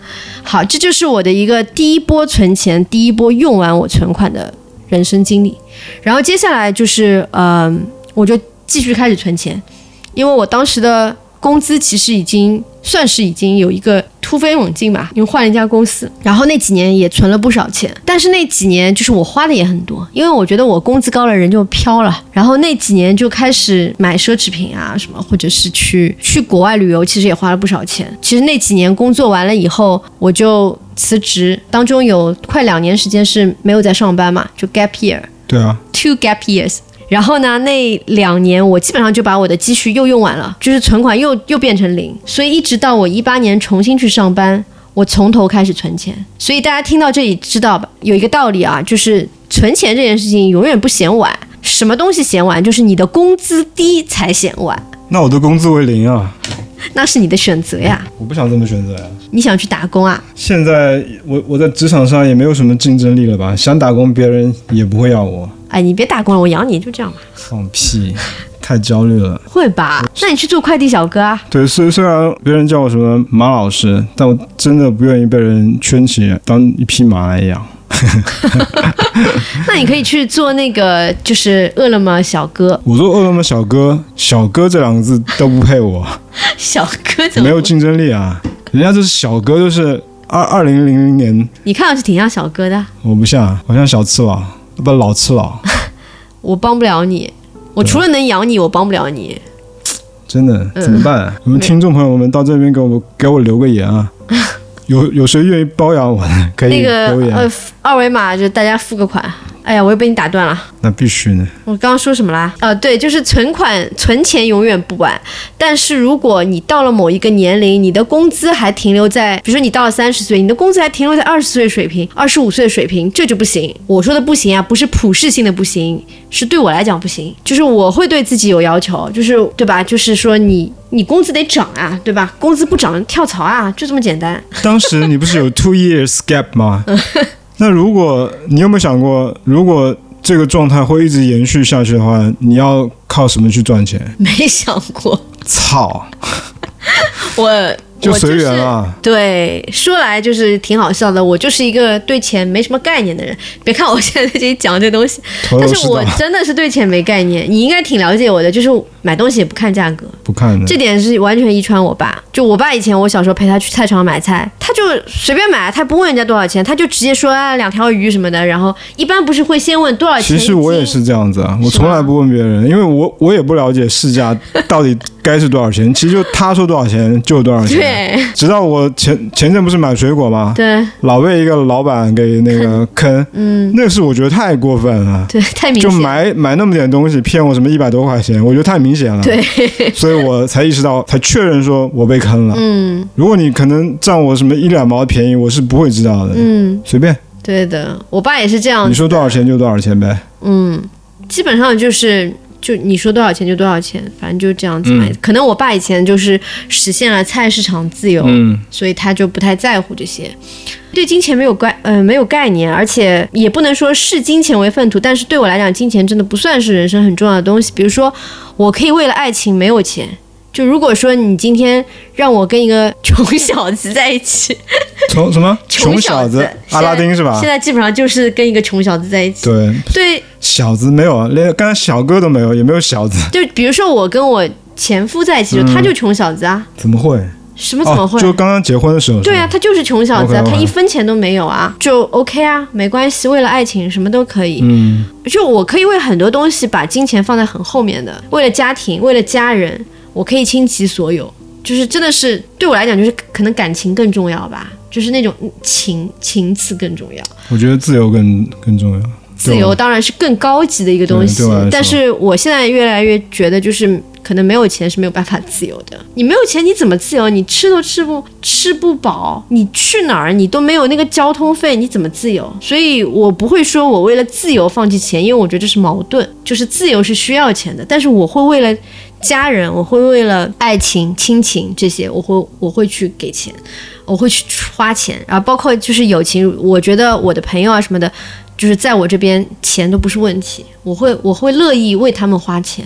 S2: 好，这就是我的一个第一波存钱，第一波用完我存款的人生经历。然后接下来就是，嗯、我就继续开始存钱，因为我当时的工资其实已经算是已经有一个突飞猛进吧，因为换了一家公司，然后那几年也存了不少钱，但是那几年就是我花的也很多，因为我觉得我工资高了人就飘了，然后那几年就开始买奢侈品啊什么，或者是去去国外旅游，其实也花了不少钱。其实那几年工作完了以后，我就辞职，当中有快两年时间是没有在上班嘛，就 gap year，
S1: 对啊，
S2: two gap years。然后呢，那两年我基本上就把我的积蓄又用完了，就是存款又又变成零，所以一直到我一八年重新去上班，我从头开始存钱。所以大家听到这里知道吧？有一个道理啊，就是存钱这件事情永远不嫌晚。什么东西嫌晚？就是你的工资低才嫌晚，
S1: 那我的工资为零啊，
S2: 那是你的选择呀。
S1: 我不想这么选择呀。
S2: 你想去打工啊？
S1: 现在我我在职场上也没有什么竞争力了吧？想打工，别人也不会要我。
S2: 哎，你别打工了，我养你，就这样吧。
S1: 放 屁，太焦虑了。
S2: 会 吧？那你去做快递小哥啊？
S1: 对，虽虽然别人叫我什么马老师，但我真的不愿意被人圈起当一匹马来养。
S2: 那你可以去做那个，就是饿了么小哥，
S1: 我做饿了么小哥，小哥这两个字都不配我，
S2: 小哥怎么
S1: 没有竞争力啊。人家这是小哥，就是二二零零零年，
S2: 你看上去挺像小哥的，
S1: 我不像，我像小赤佬，不老赤佬，
S2: 我帮不了你。我除了能养你，我帮不了你。
S1: 真的
S2: 嗯
S1: 怎么办、我们听众朋友们到这边给我给我留个言 啊，有有谁愿意包养我的， 可以啊
S2: 那个
S1: 留言，
S2: 呃，二维码就大家付个款。哎呀，我又被你打断了。
S1: 那必须的。
S2: 我刚刚说什么啦？呃，对，就是存款存钱永远不晚，但是如果你到了某一个年龄，你的工资还停留在，比如说你到了三十岁，你的工资还停留在二十岁水平、二十五岁水平，这就不行。我说的不行啊，不是普世性的不行，是对我来讲不行。就是我会对自己有要求，就是对吧？就是说你你工资得涨啊，对吧？工资不涨跳槽啊，就这么简单。
S1: 当时你不是有 two years gap 吗？那如果你有没有想过，如果这个状态会一直延续下去的话，你要靠什么去赚 钱？
S2: 没想过，
S1: 操，
S2: 我
S1: 就
S2: 我
S1: 随
S2: 是
S1: 缘啊。
S2: 对，说来就是挺好笑的。我就是一个对钱没什么概念的人。别看我现在在这里讲这东 西，
S1: 头
S2: 但
S1: 头
S2: 是
S1: 是
S2: 我
S1: 道，
S2: 真的是对钱没概念。你应该挺了解我的，就是买东西也不看价格，
S1: 不看的
S2: 这。点是完全遗传我爸。就我爸以前，我小时候陪他去菜场买菜，他就随便买，他不问人家多少钱，他就直接说啊两条鱼什么的。然后一般不是会先问多少钱
S1: 其
S2: 一斤？
S1: 实我也 是这样子啊，我
S2: 是
S1: 从
S2: 吧
S1: 来不问别人，因为我我也不了解市价到底该是多少钱。 其实就他说多少钱就多少钱。
S2: 对
S1: 直到我前前阵不是买水果吗？
S2: 对
S1: 老被一个老板给那个坑，嗯，那是我觉得太过分了。
S2: 对，太明
S1: 就
S2: 显了。
S1: 买买那么点东西骗我什么一百多块钱，我觉得太明显了。
S2: 对，
S1: 所以我才意识到，才确认说我被坑了。嗯，如果你可能占我什么一两毛便宜，我是不会知道的。
S2: 嗯，
S1: 随便
S2: 对的，我爸也是这样
S1: 你说多少钱就多少钱呗。
S2: 基本上就是就你说多少钱就多少钱，反正就这样子买。可能我爸以前就是实现了菜市场自由，
S1: 嗯，
S2: 所以他就不太在乎这些，对金钱没有概呃没有概念，而且也不能说视金钱为粪土，但是对我来讲，金钱真的不算是人生很重要的东西。比如说，我可以为了爱情没有钱。就如果说你今天让我跟一个穷小子在一起，
S1: 穷什么
S2: 穷
S1: 小
S2: 子，
S1: 阿拉丁是吧
S2: 现？在基本上就是跟一个穷小子在一起。
S1: 对，
S2: 对，
S1: 小子没有，啊，连刚才小哥都没有，也没有小子，
S2: 就比如说我跟我前夫在一起，就他就穷小子啊，
S1: 怎么会？
S2: 什么怎么
S1: 嗯
S2: 会？
S1: 哦、就刚刚结婚的时候，
S2: 对啊，，他就是穷小子啊
S1: OK，OK
S2: 他一分钱都没有啊，就 OK 啊，没关系，为了爱情什么都可以。
S1: 嗯，
S2: 就我可以为很多东西把金钱放在很后面的，为了家庭，为了家人，我可以倾其所有。就是真的是对我来讲，就是可能感情更重要吧，就是那种情情次更重要。
S1: 我觉得自由更更重要。
S2: 自由当然是更高级的一个东西
S1: 对对我来说，
S2: 但是我现在越来越觉得，就是可能没有钱是没有办法自由的。你没有钱，你怎么自由？你吃都吃不吃不饱，你去哪儿你都没有那个交通费，你怎么自由？所以我不会说我为了自由放弃钱，因为我觉得这是矛盾。就是自由是需要钱的，但是我会为了家人，我会为了爱情、亲情这些，我会我会去给钱，我会去花钱，然后包括就是友情，我觉得我的朋友啊什么的，就是在我这边钱都不是问题，我会我会乐意为他们花钱。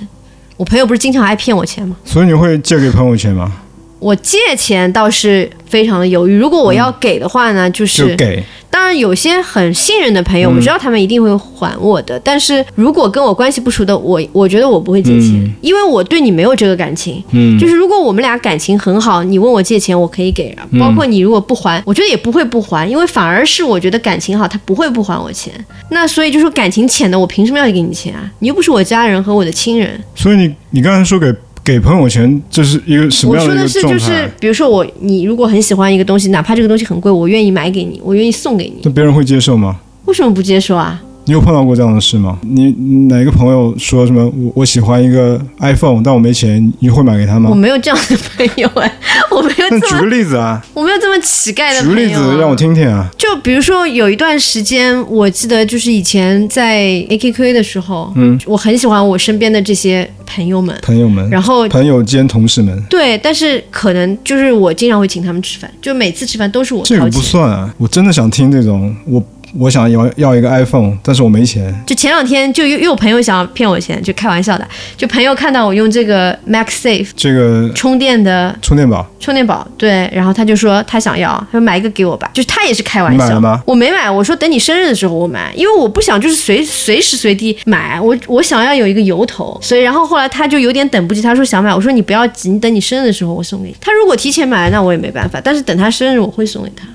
S2: 我朋友不是经常爱骗我钱吗？
S1: 所以你会借给朋友钱吗？
S2: 我借钱倒是非常的犹豫，如果我要给的话呢，就
S1: 就是给，
S2: 当然，有些很信任的朋
S1: 嗯
S2: 友，我知道他们一定会还我的。但是如果跟我关系不熟的，我我觉得我不会借钱，
S1: 嗯
S2: 因为我对你没有这个感情。
S1: 嗯
S2: 就是如果我们俩感情很好，你问我借钱，我可以给啊。
S1: 嗯
S2: 包括你如果不还，我觉得也不会不还，因为反而是我觉得感情好，他不会不还我钱。那所以就说感情浅的，我凭什么要给你钱啊？你又不是我家人和我的亲人。
S1: 所以你你刚才说给给朋友钱，这是一个什么
S2: 我
S1: 样
S2: 说
S1: 一
S2: 的
S1: 个
S2: 是，
S1: 状态？啊
S2: 就是比如说我，你如果很喜欢一个东西，哪怕这个东西很贵，我愿意买给你，我愿意送给你，
S1: 那别人会接受吗？
S2: 为什么不接受啊？
S1: 你有碰到过这样的事吗？你你哪个朋友说什么我我喜欢一个 iPhone，但我没钱，你会买给他
S2: 我
S1: 吗？
S2: 没有这样的朋友哎， 我没有
S1: 那
S2: 这
S1: 举
S2: 么
S1: 个例子啊，
S2: 我没有这么乞丐的
S1: 举个
S2: 朋友、啊。
S1: 例子让我听听啊。
S2: 就比如说有一段时间，我记得就是以前在 AQQ 的时候，嗯，我很喜欢我身边的这些朋友们，
S1: 朋友们，
S2: 然后
S1: 朋友兼同事们，
S2: 对，但是可能就是我经常会请他们吃饭，就每次吃饭都是我
S1: 这
S2: 掏
S1: 个不
S2: 钱。
S1: 算啊。我真的想听这种，我我想要要一个 iPhone，但是我没钱。
S2: 就前两天就又又有朋友想要骗我钱，就开玩笑的，就朋友看到我用这个 MagSafe
S1: 这个
S2: 充电的
S1: 充电宝，
S2: 充电宝，对，然后他就说他想要，他说买一个给我吧，就是他也是开玩
S1: 你
S2: 笑，
S1: 买了吗
S2: 我没买，我说等你生日的时候我买，因为我不想就是随随时随地买，我我想要有一个由头，所以然后后来他就有点等不及，他说想买，我说你不要急，你等你生日的时候我送给你。他如果提前买了，那我也没办法，但是等他生日我会送给他。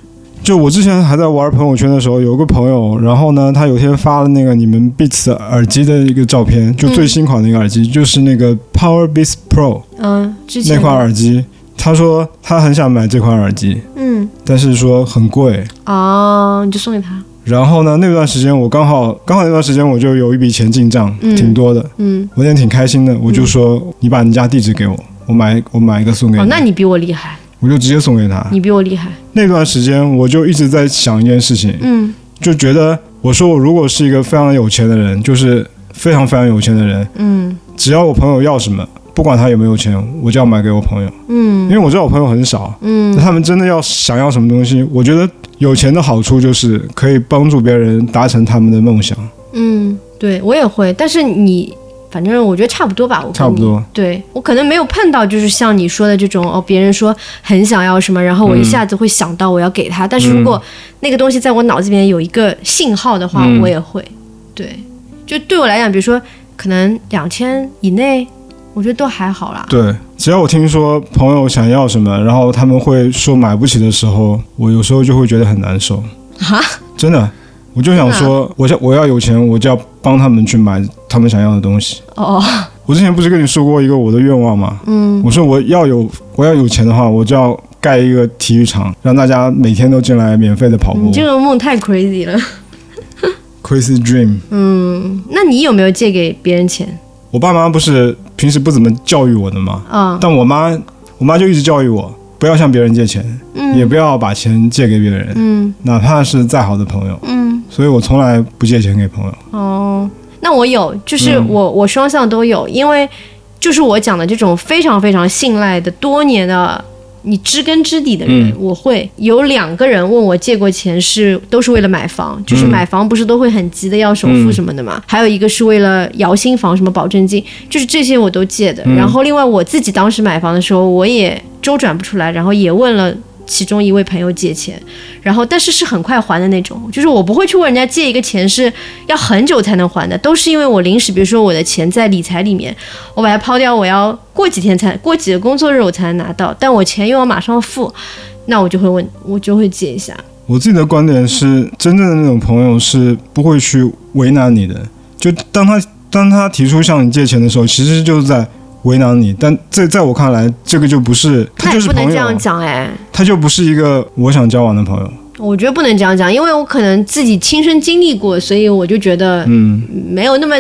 S1: 就我之前还在玩朋友圈的时候，有个朋友，然后呢，他有一天发了那个你们 Beats 耳机的一个照片，就最新款的一个耳机，就是那个 Power Beats Pro
S2: 嗯，之前
S1: 那款耳机。他说他很想买这款耳机，
S2: 嗯
S1: 但是说很贵。
S2: 哦，你就送给他，
S1: 然后呢，那段时间我刚好刚好那段时间我就有一笔钱进账，
S2: 嗯
S1: 挺多的，
S2: 嗯，
S1: 我也挺开心的。我就说、你把你家地址给我，我买我买一个送给
S2: 哦，
S1: 你，
S2: 那你嗯比我厉害，
S1: 我就直接送给他。
S2: 你比我厉害，
S1: 那段时间我就一直在想一件事情，
S2: 嗯
S1: 就觉得我说我如果是一个非常有钱的人，就是非常非常有钱的人，
S2: 嗯
S1: 只要我朋友要什么，不管他有没有钱，我就要买给我朋友，因
S2: 嗯
S1: 为我知道我朋友很少，
S2: 嗯
S1: 那他们真的要想要什么东西，我觉得有钱的好处就是可以帮助别人达成他们的梦想，
S2: 嗯，对我也会，但是你反正我觉得差不多吧，我跟
S1: 差不
S2: 你
S1: 多。
S2: 对我可能没有碰到，就是像你说的这种哦，别人说很想要什么，然后我一下子会想到我要给他。但是如果那个东西在我脑子里面有一个信号的话，
S1: 嗯
S2: 我也会。对，就对我来讲，比如说可能两千以内，我觉得都还好啦。
S1: 对，只要我听说朋友想要什么，然后他们会说买不起的时候，我有时候就会觉得很难受。
S2: 啊，
S1: 真的，我就想说，我想我要有钱，我就要帮他们去买他们想要的东西。
S2: 哦，
S1: 我之前不是跟你说过一个我的愿望吗？
S2: 嗯
S1: 我说我要有我要有钱的话，我就要盖一个体育场，让大家每天都进来免费的跑步
S2: 你。这个梦太 crazy 了。
S1: Crazy dream。
S2: 嗯，那你有没有借给别人钱
S1: 我爸妈不是平时不怎么教育我的吗？
S2: 啊？
S1: 但我妈，我妈就一直教育我，不要向别人借钱，也
S2: 嗯
S1: 不要把钱借给别人。
S2: 嗯
S1: 哪怕是再好的朋友，
S2: 嗯。
S1: 所以我从来不借钱给朋友。
S2: 哦，那我有，就是
S1: 嗯
S2: 我、我双向都有，因为就是我讲的这种非常非常信赖的多年的。你知根知底的人，
S1: 嗯
S2: 我会有两个人问我借过钱是都是为了买房，就是
S1: 嗯
S2: 买房不是都会很急的要首付什么的嘛，还有一个是为了摇新房什么保证金，就是这些我
S1: 嗯
S2: 都借的。然后另外我自己当时买房的时候，我也周转不出来，然后也问了。其中一位朋友借钱，然后但是是很快还的那种，就是我不会去问人家借一个钱是要很久才能还的，都是因为我临时，比如说我的钱在理财里面，我把它抛掉，我要过几天才过几个工作日我才能拿到，但我钱又要马上付，那我就会问，我就会借一下。
S1: 我自己的观点
S2: 嗯
S1: 是，真正的那种朋友是不会去为难你的。就当他当他提出向你借钱的时候，其实就是在为难你。但在在我看来，这个就不是他
S2: 那
S1: 就
S2: 也
S1: 是
S2: 不能
S1: 朋
S2: 这
S1: 友啊
S2: 样，讲哎，
S1: 他就不是一个我想交往的朋友。
S2: 我觉得不能这样讲，因为我可能自己亲身经历过，所以我就觉得
S1: 嗯，
S2: 没有那么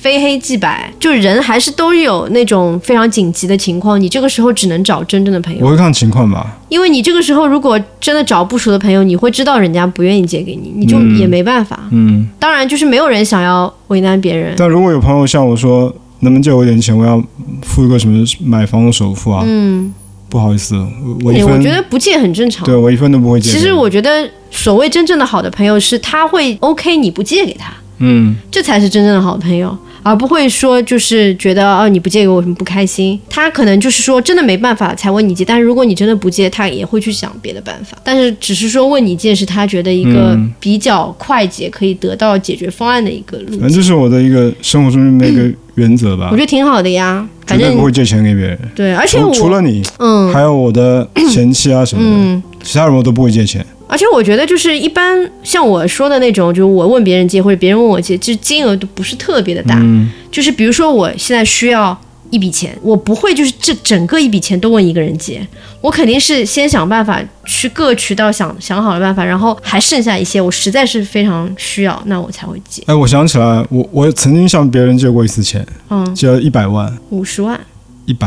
S2: 非黑即白，就人还是都有那种非常紧急的情况，你这个时候只能找真正的朋
S1: 我
S2: 友，
S1: 会看情况吧。
S2: 因为你这个时候如果真的找不熟的朋友，你会知道人家不愿意借给你，你就也没办法。
S1: 嗯，
S2: 当然，就是没有人想要为难别人，
S1: 但如果有朋友向我说，能不能借我一点钱，我要付一个什么买房的首付啊？
S2: 嗯，
S1: 不好意思，我我一
S2: 哎我
S1: 分
S2: 觉得不借很正常
S1: 对。我一分都不会借给你。
S2: 其实我觉得，所谓真正的好的朋友，是他会 OK 你不借给他。
S1: 嗯，
S2: 这才是真正的好朋友，而不会说就是觉得哦你不借给我有什么不开心。他可能就是说真的没办法才问你借，但是如果你真的不借，他也会去想别的办法。但是只是说问你借是他觉得一个
S1: 嗯
S2: 比较快捷可以得到解决方案的一个路
S1: 反正
S2: 径，
S1: 这是我的一个生活中的一个原则吧
S2: 嗯我觉。得挺好的呀。
S1: 绝
S2: 反
S1: 对不
S2: 正
S1: 会借钱给别人，
S2: 对，而且
S1: 除
S2: 我
S1: 除了你，
S2: 嗯
S1: 还有我的前妻啊什么的，
S2: 嗯，
S1: 其他人我都不会借钱。
S2: 而且我觉得就是一般像我说的那种，就是我问别人借或者别人问我借，就是金额都不是特别的大。
S1: 嗯
S2: 就是比如说我现在需要一笔钱，我不会就是这整个一笔钱都问一个人借，我肯定是先想办法去各渠道想想好了办法，然后还剩下一些我实在是非常需要，那我才会借。
S1: 哎，我想起来，我我曾经向别人借过一次钱，
S2: 嗯，
S1: 借了一百万，
S2: 五十万，
S1: 一百，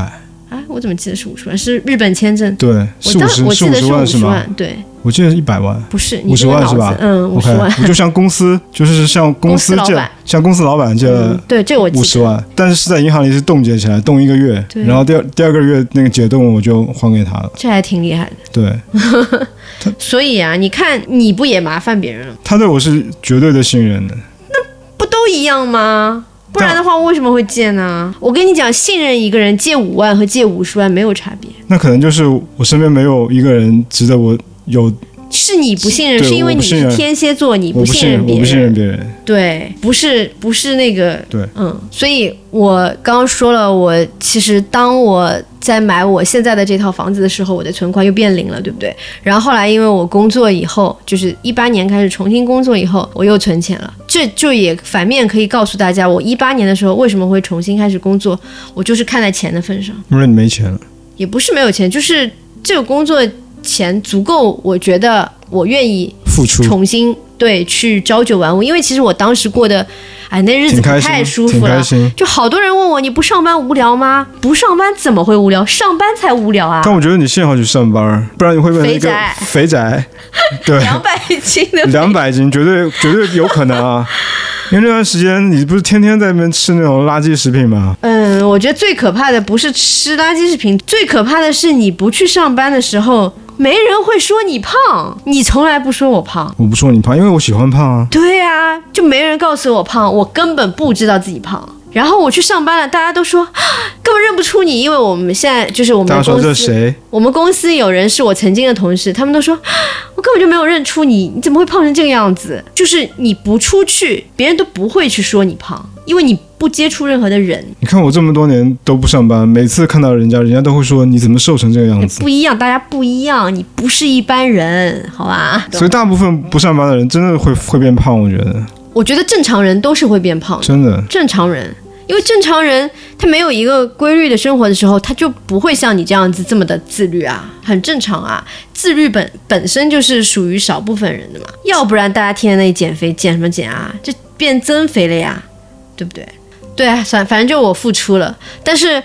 S2: 啊，我怎么记得是五十万？是日本签证。
S1: 对，
S2: 我
S1: 是五
S2: 当
S1: 十，
S2: 我
S1: 是
S2: 记
S1: 五
S2: 得
S1: 十
S2: 是五
S1: 万
S2: 十
S1: 是吗？
S2: 万，对，
S1: 我记得是一百万
S2: 不是你
S1: 50
S2: 这个
S1: 万是
S2: 脑
S1: 吧
S2: 子，嗯，五
S1: ，OK，
S2: 十万，
S1: 我就向公司，就是向公司
S2: 公司
S1: 借
S2: 老板，
S1: 向公司老板借
S2: 嗯
S1: 了。
S2: 对，这我记
S1: 五
S2: 得
S1: 十万，但是是在银行里是冻结起来，冻一个月，
S2: 对
S1: 然后第二第二个月那个解冻我就还给他了。
S2: 这还挺厉害的。
S1: 对
S2: 所以啊，你看你不也麻烦别人了吗？
S1: 他对我是绝对的信任的，
S2: 不都一样吗？不然的话，为什么会借呢？我跟你讲，信任一个人借五万和借五十万没有差别，
S1: 那可能就是我身边没有一个人值得我有，
S2: 是你不信任，
S1: 对
S2: 是因为你
S1: 我不信
S2: 是
S1: 任
S2: 天蝎座，你
S1: 我不
S2: 信
S1: 信
S2: 任
S1: 任，我
S2: 别
S1: 不信任
S2: 人，
S1: 别人。
S2: 对，不是不是那个，
S1: 对，
S2: 嗯，所以我刚刚说了，我其实当我在买我现在的这套房子的时候，我的存款又变零了，对不对？然后后来因为我工作以后，就是一八年开始重新工作以后，我又存钱了。这就也反面可以告诉大家，我一八年的时候为什么会重新开始工作，我就是看在钱的份上。
S1: 因为你没钱了，
S2: 也不是没有钱，就是这个工作钱足够，我觉得我愿意
S1: 付出
S2: 重新对去朝九晚五，因为其实我当时过的，哎，那日子
S1: 挺
S2: 可
S1: 开
S2: 太舒
S1: 心，挺
S2: 服
S1: 开
S2: 了。
S1: 心。
S2: 就好多人问我，你不上班无聊吗？不上班怎么会无聊？上班才无聊啊！
S1: 但我觉得你幸好去上班，不然你会变成一个肥宅。 对，
S2: 两百斤 的
S1: 两百斤绝对绝对有可能啊！因为那段时间你不是天天在那边吃那种垃圾食品吗？
S2: 嗯，我觉得最可怕的不是吃垃圾食品，最可怕的是你不去上班的时候，没人会说你胖，你从来不说我胖。
S1: 我不说你胖，因为我喜欢胖啊。
S2: 对呀、就没人告诉我胖，我根本不知道自己胖。然后我去上班了，大家都说 啊根本认不出你，因为我们现在就是我
S1: 大家
S2: 们
S1: 说
S2: 公
S1: 这
S2: 司，
S1: 谁？
S2: 我们公司有人是我曾经的同事，他们都说 啊我根本就没有认出你，你怎么会胖成这个样子？就是你不出去，别人都不会去说你胖，因为你不接触任何的人，
S1: 你看我这么多年都不上班，每次看到人家，人家都会说你怎么瘦成这个样子。
S2: 不一样，大家不一样，你不是一般人，好吧？
S1: 所以大部分不上班的人真的会会变胖，我觉得
S2: 我觉得正常人都是会变胖的。
S1: 真的。
S2: 正常人，因为正常人他没有一个规律的生活的时候，他就不会像你这样子这么的自律啊，很正常啊。自律本本身就是属于少部分人的嘛，要不然大家天天在那里减肥，减什么减啊？这变增肥了呀，对不对？对啊，反反正就我付出了，但是。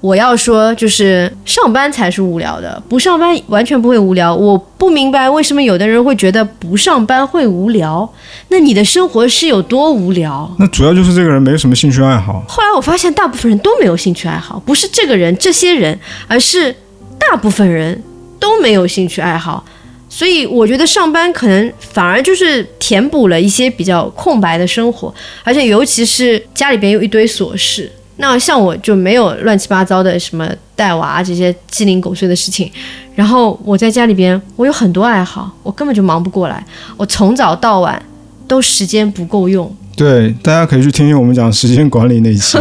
S2: 我要说，就是上班才是无聊的，不上班完全不会无聊。我不明白为什么有的人会觉得不上班会无聊，那你的生活是有多无聊？
S1: 那主要就是这个人没有什么兴趣爱好，
S2: 后来我发现，大部分人都没有兴趣爱好，不是这个人、这些人，而是大部分人都没有兴趣爱好。所以我觉得上班可能反而就是填补了一些比较空白的生活，而且尤其是家里边有一堆琐事。啊那像我就没有乱七八糟的什么带娃这些鸡零狗碎的事情，然后我在家里边，我有很多爱好，我根本就忙不过来，我从早到晚都时间不够用。
S1: 对，大家可以去听听我们讲时间管理那一 期。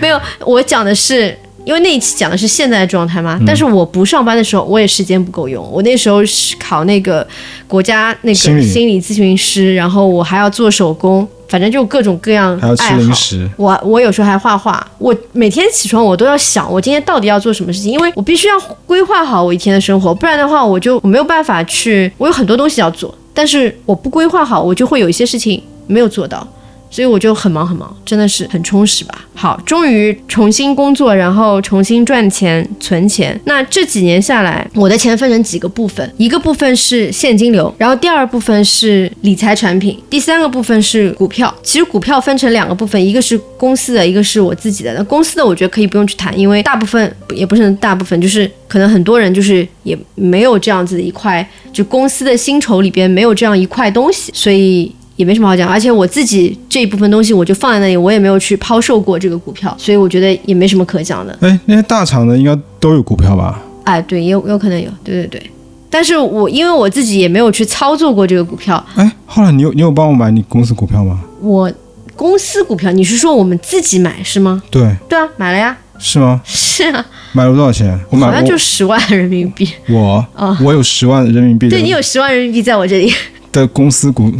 S2: 没有，我讲的是，因为那一期讲的是现在的状态嘛。
S1: 嗯
S2: 但是我不上班的时候，我也时间不够用。我那时候是考那个国家那个
S1: 心理
S2: 心理咨询师，然后我还要做手工，反正就各种各样
S1: 还要
S2: 爱
S1: 吃
S2: 好。
S1: 零食，
S2: 我我有时候还画画，我每天起床我都要想我今天到底要做什么事情，因为我必须要规划好我一天的生活，不然的话我就我没有办法去，我有很多东西要做，但是我不规划好，我就会有一些事情没有做到，所以我就很忙很忙，真的是很充实吧。好，终于重新工作，然后重新赚钱存钱。那这几年下来，我的钱分成几个部分，一个部分是现金流，然后第二部分是理财产品，第三个部分是股票。其实股票分成两个部分，一个是公司的，一个是我自己的。那公司的我觉得可以不用去谈，因为大部分也不是大部分，就是可能很多人就是也没有这样子的一块，就公司的薪酬里边没有这样一块东西，所以也没什么好讲。而且我自己这一部分东西我就放在那里，我也没有去抛售过这个股票，所以我觉得也没什么可讲的。
S1: 哎，那些大厂的应该都有股票吧？
S2: 哎，对，也有有可能有，对对对。但是我因为我自己也没有去操作过这个股票，
S1: 哎，后来你有你有帮我买你公司股票吗？
S2: 我公司股票，你是说我们自己买是吗？
S1: 对，
S2: 对啊，买了呀，
S1: 是吗？
S2: 是啊，
S1: 买了多少钱？我
S2: 好
S1: 买
S2: 像就
S1: 我
S2: 十万人民币。
S1: 我、
S2: 啊
S1: 我有十万人民币的
S2: 对你有十万人民币在我这里，
S1: 的公司股，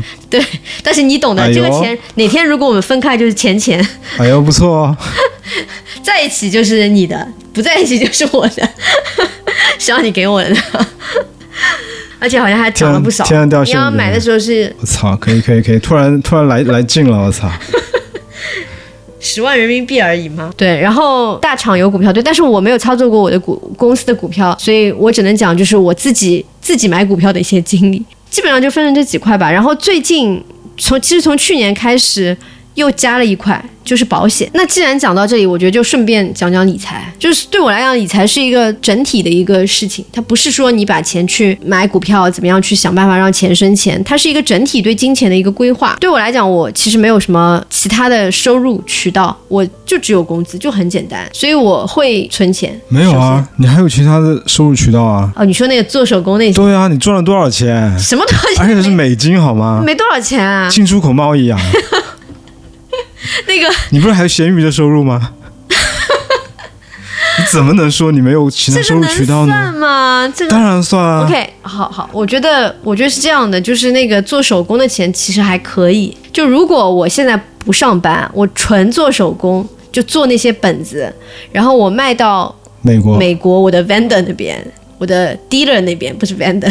S2: 但是你懂的，
S1: 哎呦
S2: 这个钱哪天如果我们分开就是钱钱，
S1: 哎呦不错哦。
S2: 在一起就是你的，不在一起就是我 的，只要你给我的。 而且好像还涨了不少。
S1: 天上掉
S2: 你
S1: 馅
S2: 要
S1: 饼
S2: 买的时候是
S1: 我操，可以可以可以，突然突然来来劲了，我操！
S2: 十万人民币而已吗？对，然后大厂有股票，对，但是我没有操作过我的股公司的股票，所以我只能讲就是我自己自己买股票的一些经历，基本上就分成这几块吧。然后最近从其实从去年开始又加了一块，就是保险。那既然讲到这里，我觉得就顺便讲讲理财，就是对我来讲，理财是一个整体的一个事情，它不是说你把钱去买股票，怎么样去想办法让钱生钱，它是一个整体对金钱的一个规划。对我来讲，我其实没有什么其他的收入渠道，我就只有工资，就很简单，所以我会存钱。
S1: 没有
S2: 首先？
S1: 啊，你还有其他的收入渠道啊？
S2: 哦，你说那个做手工那些，
S1: 对啊，你赚了多少钱？
S2: 什么东西？
S1: 而且是美金好吗？
S2: 没多少钱啊，
S1: 进出口贸易 啊，
S2: 那个
S1: 你不是还有闲鱼的收入 吗？你怎么能说你没有其他
S2: 这
S1: 收
S2: 个
S1: 入
S2: 能
S1: 渠道呢？
S2: 算吗？这个
S1: 当然算啊。
S2: OK，好好，我觉得我觉得是这样的，就是那个做手工的钱其实还可以。就如果我现在不上班，我纯做手工，就做那些本子，然后我卖到
S1: 美国
S2: 美国我的 vendor 那边，我的 dealer 那边不是 vendor，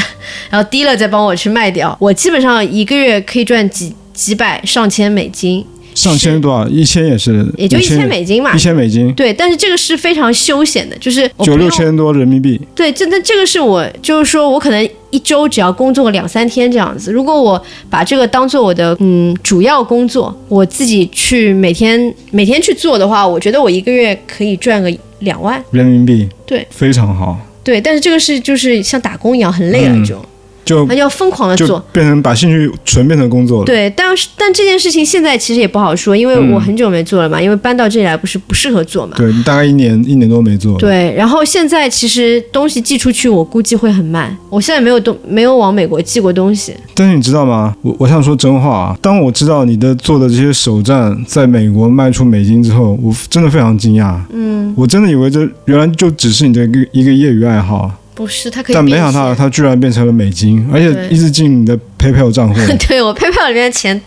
S2: 然后 dealer 再帮我去卖掉，我基本上一个月可以赚几几百上千美金，
S1: 上千多少？一千也是，
S2: 也就一
S1: 五
S2: 千美金嘛
S1: 一。千美金，
S2: 对，但是这个是非常休闲的，就是我不
S1: 九
S2: 用
S1: 六千多人民币。
S2: 对，这那这个是我就是说我可能一周只要工作个两三天这样子。如果我把这个当做我的嗯主要工作，我自己去每天每天去做的话，我觉得我一个月可以赚个两万。
S1: 人民币，
S2: 对，
S1: 非常好，
S2: 对，但是这个是就是像打工一样很累了
S1: 嗯
S2: 就，
S1: 就
S2: 那、就要疯狂的
S1: 就
S2: 做。
S1: 变成把兴趣纯变成工作了。
S2: 对，但是但这件事情现在其实也不好说，因为
S1: 嗯
S2: 我很久没做了嘛，因为搬到这里来不是不适合做嘛。
S1: 对，你大概一年一年多没做了。
S2: 对，然后现在其实东西寄出去，我估计会很慢。我现在没有东没有往美国寄过东西，
S1: 但是你知道吗？我我想说真话啊，当我知道你的做的这些手站在美国卖出美金之后，我真的非常惊讶。嗯，我真的以为这原来就只是你的一个一个业余爱好，啊
S2: 不是，它可以
S1: 但没
S2: 变
S1: 想
S2: 现
S1: 到它居然变成了美金，而且
S2: 对
S1: 一直进你的 PayPal 账户，
S2: 对我 PayPal 里面的钱，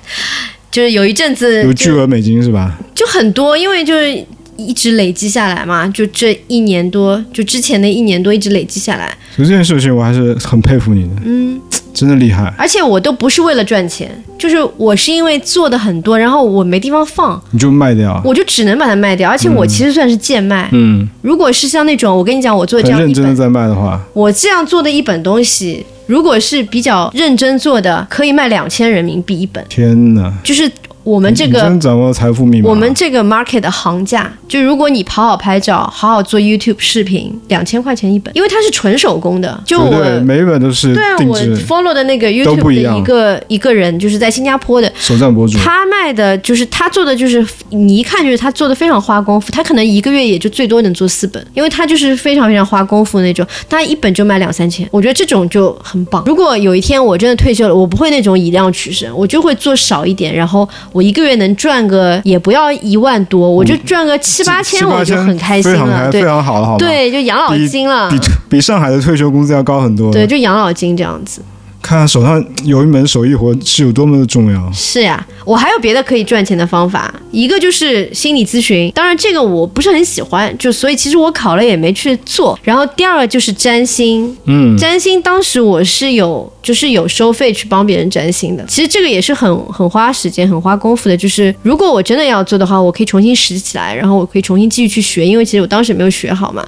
S2: 就是有一阵子
S1: 有巨
S2: 就
S1: 额美金是吧？
S2: 就很多，因为就是一直累积下来嘛，就这一年多，就之前的一年多一直累积下来，
S1: 所以这件事情我还是很佩服你的，
S2: 嗯，
S1: 真的厉害。
S2: 而且我都不是为了赚钱，就是我是因为做的很多，然后我没地方放，
S1: 你就卖掉，啊
S2: 我就只能把它卖掉，而且我其实算是贱卖。
S1: 嗯，
S2: 如果是像那种我跟你讲，我做
S1: 很
S2: 这样
S1: 认
S2: 一
S1: 真的
S2: 本，
S1: 在卖的话，
S2: 我这样做的一本东西，如果是比较认真做的，可以卖两千人民币一本。
S1: 天哪，
S2: 就是我们这
S1: 你
S2: 个
S1: 真掌握了财富密码。啊
S2: 我们这个 market 的行价，就如果你好好拍照，好好做 YouTube 视频，两千块钱一本，因为它是纯手工的。就
S1: 绝
S2: 我
S1: 对每一本都是
S2: 对啊，
S1: 定
S2: 我
S1: 制
S2: follow 的那个
S1: 都
S2: YouTube
S1: 不一
S2: 的
S1: 样
S2: 一个一个人，就是在新加坡的，
S1: 首站博主，
S2: 他卖的就是他做的就是你一看就是他做的非常花功夫，他可能一个月也就最多能做四本，因为他就是非常非常花功夫那种，他一本就卖两三千，我觉得这种就很棒。如果有一天我真的退休了，我不会那种以量取胜，我就会做少一点，然后我一个月能赚个也不要一万
S1: 嗯
S2: 多，我就赚个七八千我就很开心
S1: 非常
S2: 了，
S1: 开非
S2: 对
S1: 常好了，好吧？
S2: 对，就养老金了
S1: 比，比上海的退休工资要高很多。
S2: 对，，就养老金这样子。
S1: 看看手上有一门手艺活是有多么的重要。
S2: 是呀、我还有别的可以赚钱的方法，一个就是心理咨询，当然这个我不是很喜欢，就所以其实我考了也没去做。然后第二个就是占星，
S1: 嗯，
S2: 占星当时我是有就是有收费去帮别人占星的，其实这个也是很很花时间、很花功夫的。就是如果我真的要做的话，我可以重新拾起来，然后我可以重新继续去学，因为其实我当时也没有学好嘛。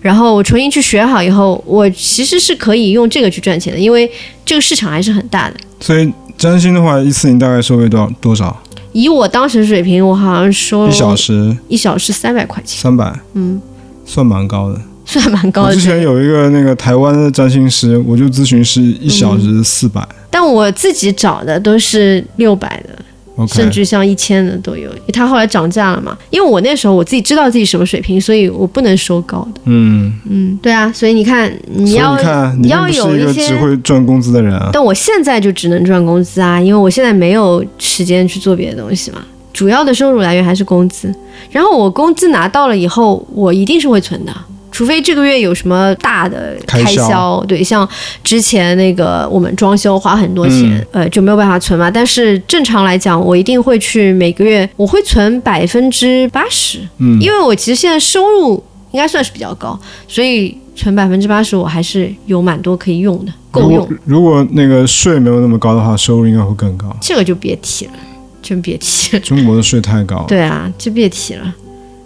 S2: 然后我重新去学好以后，我其实是可以用这个去赚钱的，因为这个市场还是很大的。
S1: 所以占星的话，一次你大概收费多少多少？
S2: 以我当时水平，我好像收
S1: 一小时
S2: 一小时三百块钱，
S1: 三百，
S2: 嗯，
S1: 算蛮高的。
S2: 算蛮高
S1: 我
S2: 的
S1: 之。前有一个那个台湾的占星师，我就咨询师一小时四百、
S2: 但我自己找的都是六百的，甚
S1: OK，
S2: 至像一千的都有。它后来涨价了嘛？因为我那时候我自己知道自己什么水平，所以我不能收高的。
S1: 嗯，
S2: 嗯，对啊，所以你看，你
S1: 所以
S2: 要
S1: 你看，你
S2: 要
S1: 并不
S2: 有
S1: 是
S2: 一
S1: 一个
S2: 些
S1: 只会赚工资的人啊。
S2: 但我现在就只能赚工资啊，因为我现在没有时间去做别的东西嘛。主要的收入来源还是工资，然后我工资拿到了以后，我一定是会存的，除非这个月有什么大的
S1: 开
S2: 开
S1: 销
S2: 对，像之前那个我们装修花很多钱，
S1: 嗯
S2: 呃，就没有办法存嘛。但是正常来讲，我一定会去每个月，我会存百分之八十，
S1: 嗯
S2: 因为我其实现在收入应该算是比较高，所以存百分之八十我还是有蛮多可以用的，
S1: 如
S2: 够用
S1: 果。如果那个税没有那么高的话，收入应该会更高。
S2: 这个就别提了，真别提了。
S1: 中国的税太高了，
S2: 对啊，这别提了。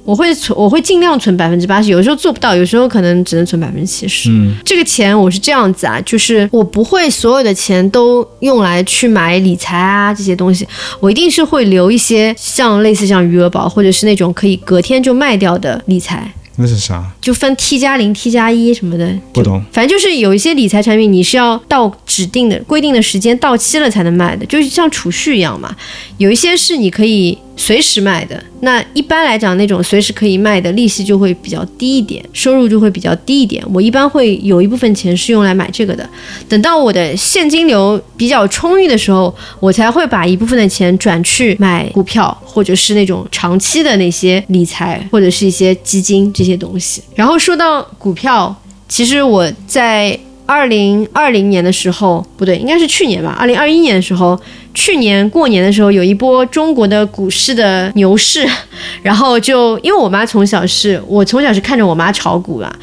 S2: 我会存，我会尽量存百分之八十，有时候做不到，有时候可能只能存百分之七十。
S1: 嗯，
S2: 这个钱我是这样子啊，就是我不会所有的钱都用来去买理财啊这些东西，我一定是会留一些像类似像余额宝或者是那种可以隔天就卖掉的理财，
S1: 那是啥？
S2: 就分 T 加零、T 加一什么的，
S1: 不懂。
S2: 反正就是有一些理财产品，你是要到指定的规定的时间到期了才能卖的，就是像储蓄一样嘛。有一些是你可以随时卖的，那一般来讲，那种随时可以卖的利息就会比较低一点，收入就会比较低一点。我一般会有一部分钱是用来买这个的，等到我的现金流比较充裕的时候，我才会把一部分的钱转去买股票，或者是那种长期的那些理财，或者是一些基金这些东西。然后说到股票，其实我在二零二零年的时候，不对，应该是去年吧，二零二一年的时候，去年过年的时候有一波中国的股市的牛市，然后就因为我妈从小是我从小是看着我妈炒股吧，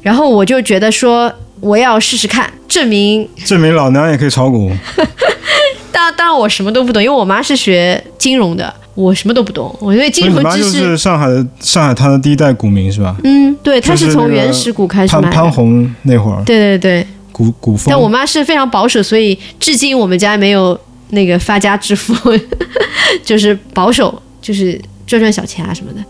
S2: 然后我就觉得说我要试试看，证明
S1: 证明老娘也可以炒股，
S2: 当当然我什么都不懂，因为我妈是学金融的，我什么都不懂，我
S1: 所
S2: 对金
S1: 以你
S2: 融
S1: 妈
S2: 知
S1: 就
S2: 识，
S1: 是上海的上海滩的第一代股民是吧？
S2: 嗯，对，她
S1: 就是是那
S2: 从
S1: 个
S2: 原始股开始
S1: 潘
S2: 买
S1: 潘
S2: 的，
S1: 虹那会儿
S2: 对对对。
S1: 股股风，
S2: 但我妈是非常保守，所以至今我们家没有那个发家致富， 就是保守，就是赚赚小钱啊什么的。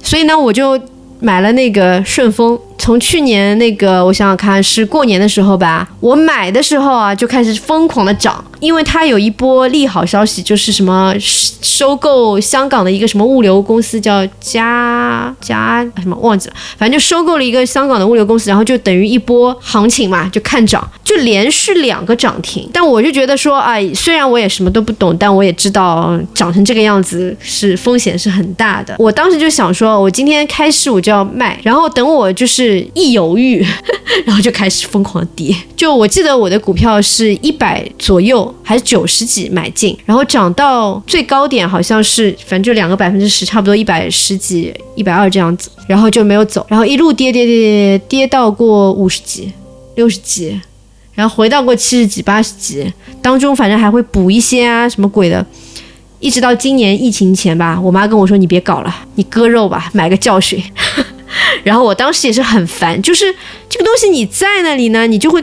S2: 所以呢，我就买了那个顺丰。从去年那个，我想想看，是过年的时候吧，我买的时候啊，就开始疯狂的涨，因为它有一波利好消息，就是什么收收购香港的一个什么物流公司，叫嘉嘉什么忘记了，反正就收购了一个香港的物流公司，然后就等于一波行情嘛，就看涨，就连续两个涨停。但我就觉得说，哎，虽然我也什么都不懂，但我也知道嗯涨成这个样子是风险是很大的。我当时就想说，我今天开市我就要卖，然后等我就是一犹豫，然后就开始疯狂跌。就我记得我的股票是一百左右，还是九十几买进，然后涨到最高点好像是，反正就两个百分之十，差不多一百十几、一百二这样子，然后就没有走，然后一路跌跌跌跌跌跌到过五十几、六十几，然后回到过七十几、八十几，当中反正还会补一些啊什么鬼的。一直到今年疫情前吧，我妈跟我说：“你别搞了，你割肉吧，买个教训。” 然后我当时也是很烦，就是这个东西你在那里呢，你就会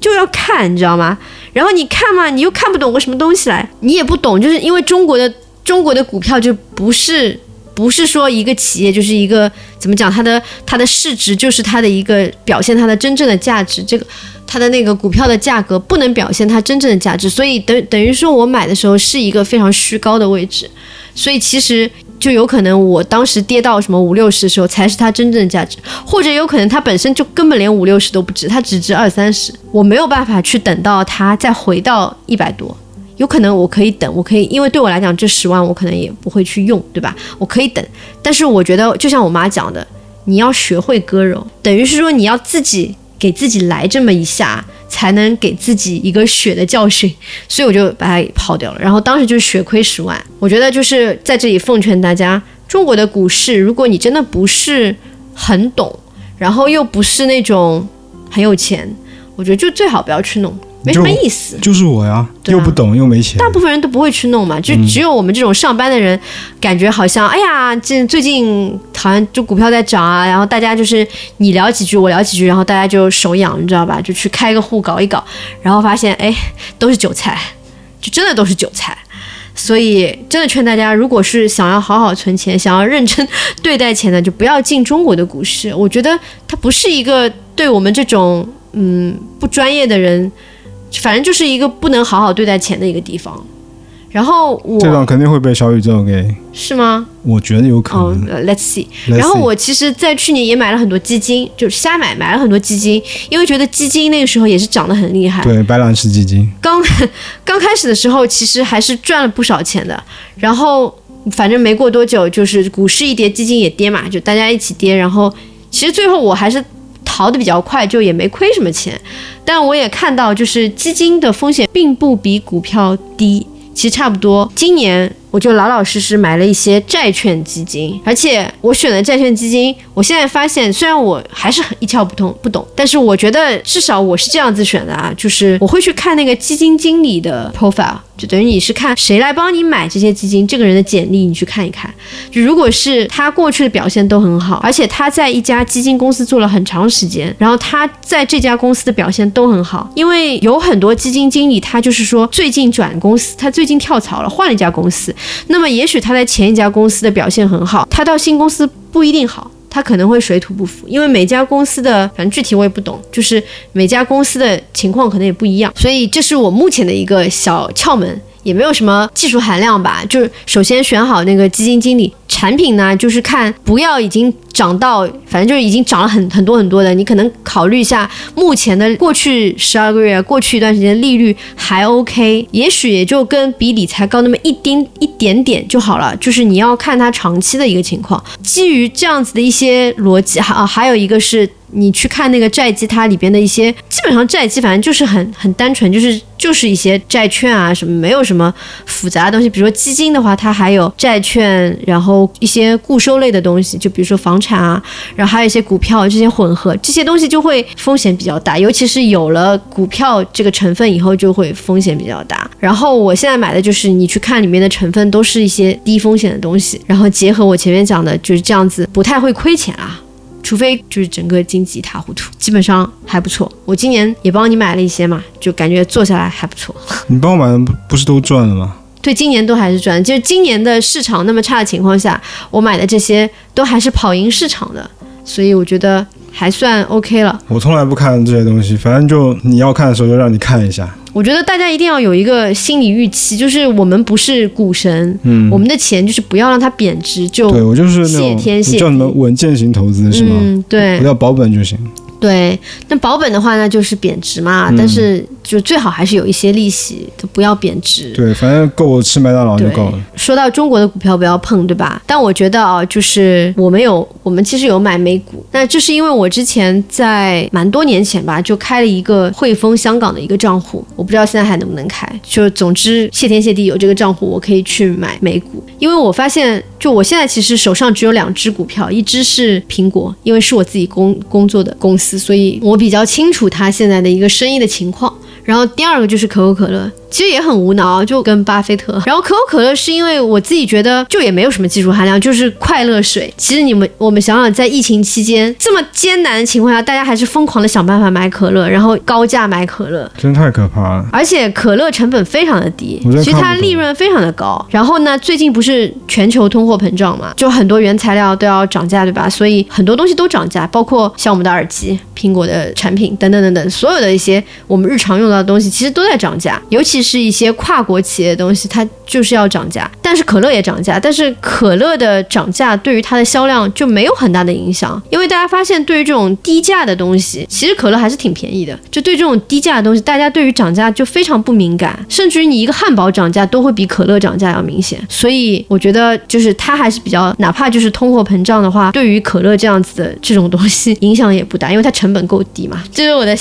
S2: 就要看，你知道吗？然后你看嘛，你又看不懂个什么东西来，你也不懂，就是因为中国的中国的股票就不是不是说一个企业就是一个怎么讲，它的它的市值就是它的一个表现它的真正的价值，这个它的那个股票的价格不能表现它真正的价值，所以等等于说我买的时候是一个非常虚高的位置，所以其实。就有可能我当时跌到什么五六十的时候，才是它真正的价值，或者有可能它本身就根本连五六十都不值，它只值二三十，我没有办法去等到它再回到一百多。有可能我可以等，我可以，因为对我来讲，这十万我可能也不会去用，对吧？我可以等，但是我觉得，就像我妈讲的，你要学会割肉，等于是说你要自己给自己来这么一下，才能给自己一个血的教训。所以我就把它给抛掉了。然后当时就血亏十万。我觉得就是在这里奉劝大家，中国的股市，如果你真的不是很懂，然后又不是那种很有钱，我觉得就最好不要去弄，没什么意思。
S1: 就是我呀，
S2: 对啊
S1: 又不懂又没钱
S2: 大，部分人都不会去弄嘛，就只有我们这种上班的人，感觉好像哎呀，这最近好像就股票在涨啊，然后大家就是你聊几句，我聊几句，然后大家就手痒，你知道吧？就去开个户搞一搞，然后发现哎，都是韭菜，就真的都是韭菜。所以，真的劝大家，如果是想要好好存钱、想要认真对待钱的，就不要进中国的股市。我觉得它不是一个对我们这种嗯不专业的人，反正就是一个不能好好对待钱的一个地方。然后
S1: 这
S2: 我
S1: 段肯定会被小宇宙给，
S2: 是吗？
S1: 我觉得有可
S2: 哦、
S1: 能。
S2: 呃 l e t s see。
S1: Let's
S2: 然后
S1: see
S2: 我其实，在去年也买了很多基金，就是瞎买，买了很多基金，因为觉得基金那个时候也是涨得很厉害。
S1: 对白兰氏基金，
S2: 刚 刚开始的时候，其实还是赚了不少钱的。然后反正没过多久，就是股市一跌，基金也跌嘛，就大家一起跌。然后其实最后我还是逃得比较快，就也没亏什么钱。但我也看到，就是基金的风险并不比股票低，其实差不多。今年我就老老实实买了一些债券基金，而且我选的债券基金，我现在发现，虽然我还是很一窍不通不懂，但是我觉得至少我是这样子选的啊，就是我会去看那个基金经理的 profile，就等于你是看谁来帮你买这些基金，这个人的简历你去看一看。就如果是他过去的表现都很好，而且他在一家基金公司做了很长时间，然后他在这家公司的表现都很好，因为有很多基金经理他就是说最近转公司，他最近跳槽了，换了一家公司，那么也许他在前一家公司的表现很好，他到新公司不一定好。他可能会水土不服，因为每家公司的，反正具体我也不懂，就是每家公司的情况可能也不一样，所以这是我目前的一个小窍门，也没有什么技术含量吧。就是首先选好那个基金经理，产品呢就是看不要已经涨到，反正就是已经涨了很很多很多的，你可能考虑一下目前的过去十二个月、过去一段时间利率还 OK，也许也就跟比理财高那么一丁一点点就好了。就是你要看它长期的一个情况。基于这样子的一些逻辑，还啊，还有一个是你去看那个债基，它里边的一些基本上债基反正就是很很单纯，就是就是一些债券啊什么，没有什么复杂的东西。比如说基金的话，它还有债券，然后一些固收类的东西，就比如说房产啊，然后还有一些股票这些混合，这些东西就会风险比较大，尤其是有了股票这个成分以后，就会风险比较大。然后我现在买的就是你去看里面的成分都是一些低风险的东西，然后结合我前面讲的，就是这样子，不太会亏钱啊。除非就是整个经济一塌糊涂，基本上还不错。我今年也帮你买了一些嘛，就感觉做下来还不错。
S1: 你帮我买的不不是都赚了吗？
S2: 对，今年都还是赚。就是今年的市场那么差的情况下，我买的这些都还是跑赢市场的，所以我觉得还算 OK 了。
S1: 我从来不看这些东西，反正就你要看的时候就让你看一下。
S2: 我觉得大家一定要有一个心理预期，就是我们不是股神，嗯，我们的钱就是不要让它贬值，就
S1: 对我就是那
S2: 哦谢
S1: 种
S2: 天谢地
S1: 叫什么稳健型投资是吗？
S2: 嗯，对
S1: 我要保本就行。
S2: 对。那保本的话呢，就是贬值
S1: 嗯
S2: 嘛，但是就最好还是有一些利息，就不要贬值。
S1: 对，反正够我吃麦当劳就
S2: 对
S1: 够了。，
S2: 说到中国的股票不要碰，对吧？但我觉得啊，就是我们有，我们其实有买美股，那这是因为我之前在蛮多年前吧，就开了一个汇丰香港的一个账户，我不知道现在还能不能开。就总之谢天谢地有这个账户，我可以去买美股，因为我发现，就我现在其实手上只有两只股票，一只是苹果，因为是我自己工工作的公司，所以我比较清楚它现在的一个生意的情况。然后第二个就是可口可乐，其实也很无挠，就跟巴菲特。然后可口可乐是因为我自己觉得就也没有什么技术含量，就是快乐水。其实你们我们想想，在疫情期间这么艰难的情况下，大家还是疯狂的想办法买可乐，然后高价买可乐。
S1: 真太可怕了。
S2: 而且可乐成本非常的低
S1: 我真，
S2: 其实
S1: 看不
S2: 它
S1: 懂
S2: 利润非常的高。然后呢，最近不是全球通货膨胀嘛，就很多原材料都要涨价，对吧？所以很多东西都涨价，包括像我们的耳机、苹果的产品等等等等，所有的一些我们日常用到的东西，其实都在涨价。尤其是一些跨国企业的东西，它就是要涨价。但是可乐也涨价，但是可乐的涨价对于它的销量就没有很大的影响，因为大家发现对于这种低价的东西，其实可乐还是挺便宜的。就对这种低价的东西，大家对于涨价就非常不敏感，甚至于你一个汉堡涨价都会比可乐涨价要明显。所以我觉得就是它还是比较，哪怕就是通货膨胀的话，对于可乐这样子的这种东西影响也不大，因为它成本够低嘛。这是我的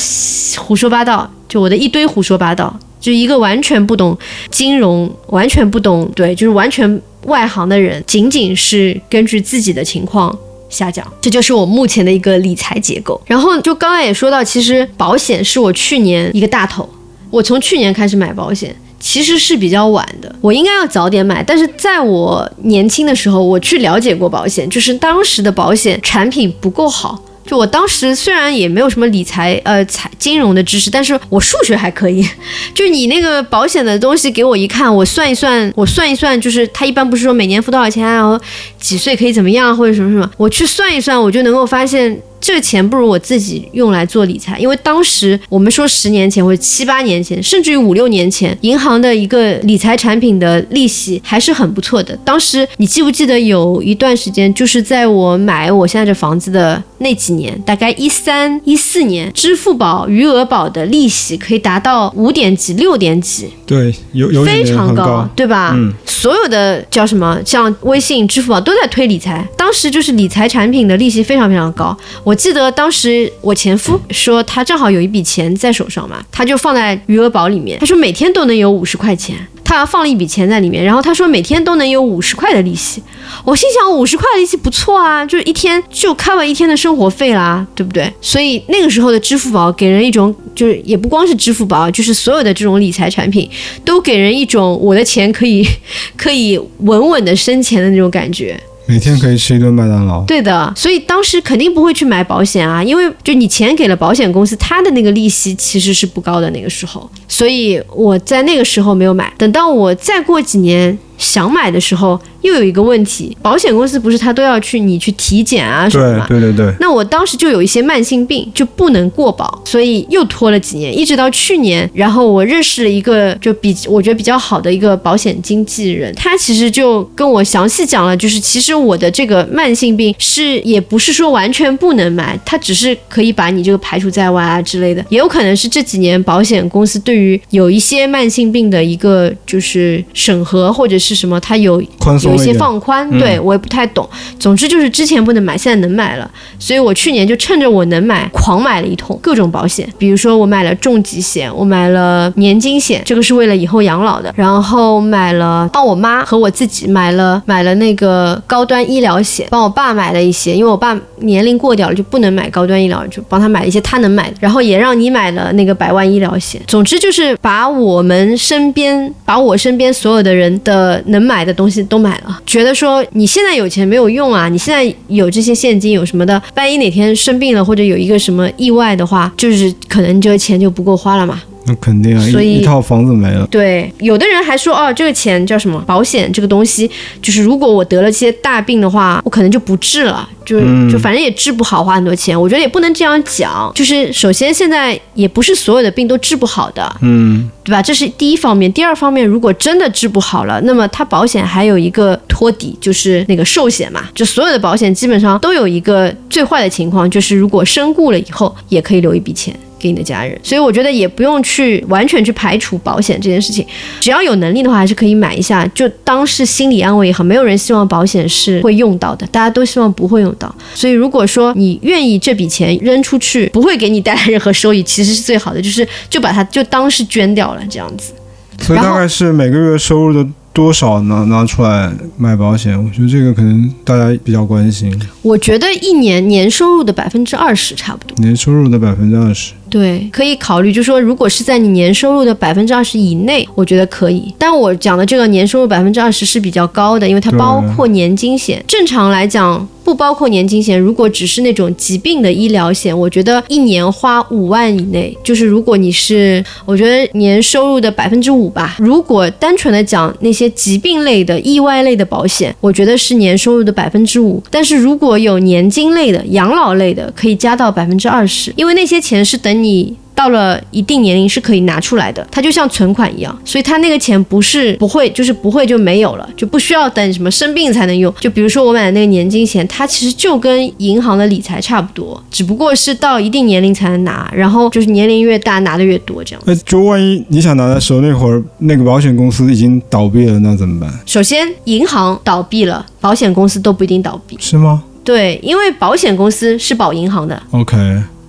S2: 胡说八道，就我的一堆胡说八道。就一个完全不懂金融、完全不懂对，就是完全外行的人，仅仅是根据自己的情况瞎讲。这就是我目前的一个理财结构。然后就刚才也说到，其实保险是我去年一个大头，我从去年开始买保险。其实是比较晚的，我应该要早点买。但是在我年轻的时候，我去了解过保险，就是当时的保险产品不够好。就我当时虽然也没有什么理财呃财金融的知识，但是我数学还可以，就你那个保险的东西给我一看，我算一算，我算一算，就是他一般不是说每年付多少钱啊，然后几岁可以怎么样或者什么什么，我去算一算，我就能够发现。这个钱不如我自己用来做理财，因为当时我们说十年前或者七八年前，甚至于五六年前，银行的一个理财产品的利息还是很不错的。当时你记不记得有一段时间，就是在我买我现在这房子的那几年，大概一三一四年，支付宝余额宝的利息可以达到五点几、六点几，
S1: 对，有有
S2: 非
S1: 几年
S2: 常
S1: 很
S2: 高，对吧？
S1: 嗯
S2: 所有的叫什么，像微信、支付宝都在推理财，当时就是理财产品的利息非常非常高。我记得当时我前夫说他正好有一笔钱在手上嘛，他就放在余额宝里面，他说每天都能有五十块钱。他放了一笔钱在里面，然后他说每天都能有五十块的利息，我心想五十块的利息不错啊，就是一天就 cover 一天的生活费啦，对不对？所以那个时候的支付宝给人一种就是也不光是支付宝，就是所有的这种理财产品都给人一种我的钱可以 可以稳稳的生钱的那种感觉。
S1: 每天可以吃一顿麦当劳。
S2: 对的，所以当时肯定不会去买保险啊，因为就你钱给了保险公司，它的那个利息其实是不高的那个时候，所以我在那个时候没有买。等到我再过几年想买的时候，又有一个问题，保险公司不是它都要去你去体检啊什么
S1: 对
S2: 吗？
S1: 对对对，
S2: 那我当时就有一些慢性病，就不能过保，所以又拖了几年，一直到去年，然后我认识了一个就比我觉得比较好的一个保险经纪人，他其实就跟我详细讲了，就是其实我的这个慢性病是也不是说完全不能买，他只是可以把你这个排除在外啊之类的，也有可能是这几年保险公司对于有一些慢性病的一个就是审核或者是什么，他有
S1: 宽松
S2: 有一
S1: 了
S2: 些
S1: 点。嗯
S2: 放宽，对我也不太懂。总之就是之前不能买，现在能买了，所以我去年就趁着我能买，狂买了一通各种保险，比如说我买了重疾险，我买了年金险，这个是为了以后养老的，然后买了帮我妈和我自己买了买了那个高端医疗险，帮我爸买了一些，因为我爸年龄过掉了就不能买高端医疗，就帮他买了一些他能买的，然后也让你买了那个百万医疗险。总之就是把我们身边，把我身边所有的人的能买的东西都买了，觉得说你现在有钱没有用啊，你现在有这些现金有什么的，万一哪天生病了或者有一个什么意外的话，就是可能这个钱就不够花了嘛。
S1: 那肯定啊，
S2: 所以
S1: 一一套房子没了。
S2: 对，有的人还说哦，这个钱叫什么保险这个东西，就是如果我得了这些大病的话，我可能就不治了，就是、就反正也治不好，花很多钱。我觉得也不能这样讲，就是首先现在也不是所有的病都治不好的，
S1: 嗯，
S2: 对吧？这是第一方面。第二方面，如果真的治不好了，那么它保险还有一个托底，就是那个寿险嘛。就所有的保险基本上都有一个最坏的情况，就是如果身故了以后，也可以留一笔钱。给你的家人，所以我觉得也不用去完全去排除保险这件事情，只要有能力的话，还是可以买一下，就当是心理安慰也好。没有人希望保险是会用到的，大家都希望不会用到。所以如果说你愿意这笔钱扔出去，不会给你带来任何收益，其实是最好的，就是就把它就当是捐掉了这样子。
S1: 所以
S2: 然后
S1: 大概是每个月收入的多少拿拿出来买保险？我觉得这个可能大家比较关心，
S2: 我觉得一年年收入的百分之二十差不多。
S1: 年收入的百分之二十。
S2: 对，可以考虑，就说如果是在你年收入的百分之二十以内，我觉得可以。但我讲的这个年收入百分之二十是比较高的，因为它
S1: 对
S2: 包括年金险。正常来讲，不包括年金险，如果只是那种疾病的医疗险，我觉得一年花五万以内，就是如果你是，我觉得年收入的百分之五吧。如果单纯的讲那些疾病类的、意外类的保险，我觉得是年收入的百分之五。但是如果有年金类的、养老类的，可以加到百分之二十，因为那些钱是等你。到了一定年龄是可以拿出来的，它就像存款一样，所以它那个钱不是不会，就是不会就没有了，就不需要等什么生病才能用。就比如说我买的那个年金险，它其实就跟银行的理财差不多，只不过是到一定年龄才能拿，然后就是年龄越大拿的越多这样。
S1: 那哎就万一你想拿在手那会儿，那个保险公司已经倒闭了，那怎么办？
S2: 首先，银行倒闭了，保险公司都不一定倒闭。
S1: 是吗
S2: 对，因为保险公司是保银行的，
S1: ？OK，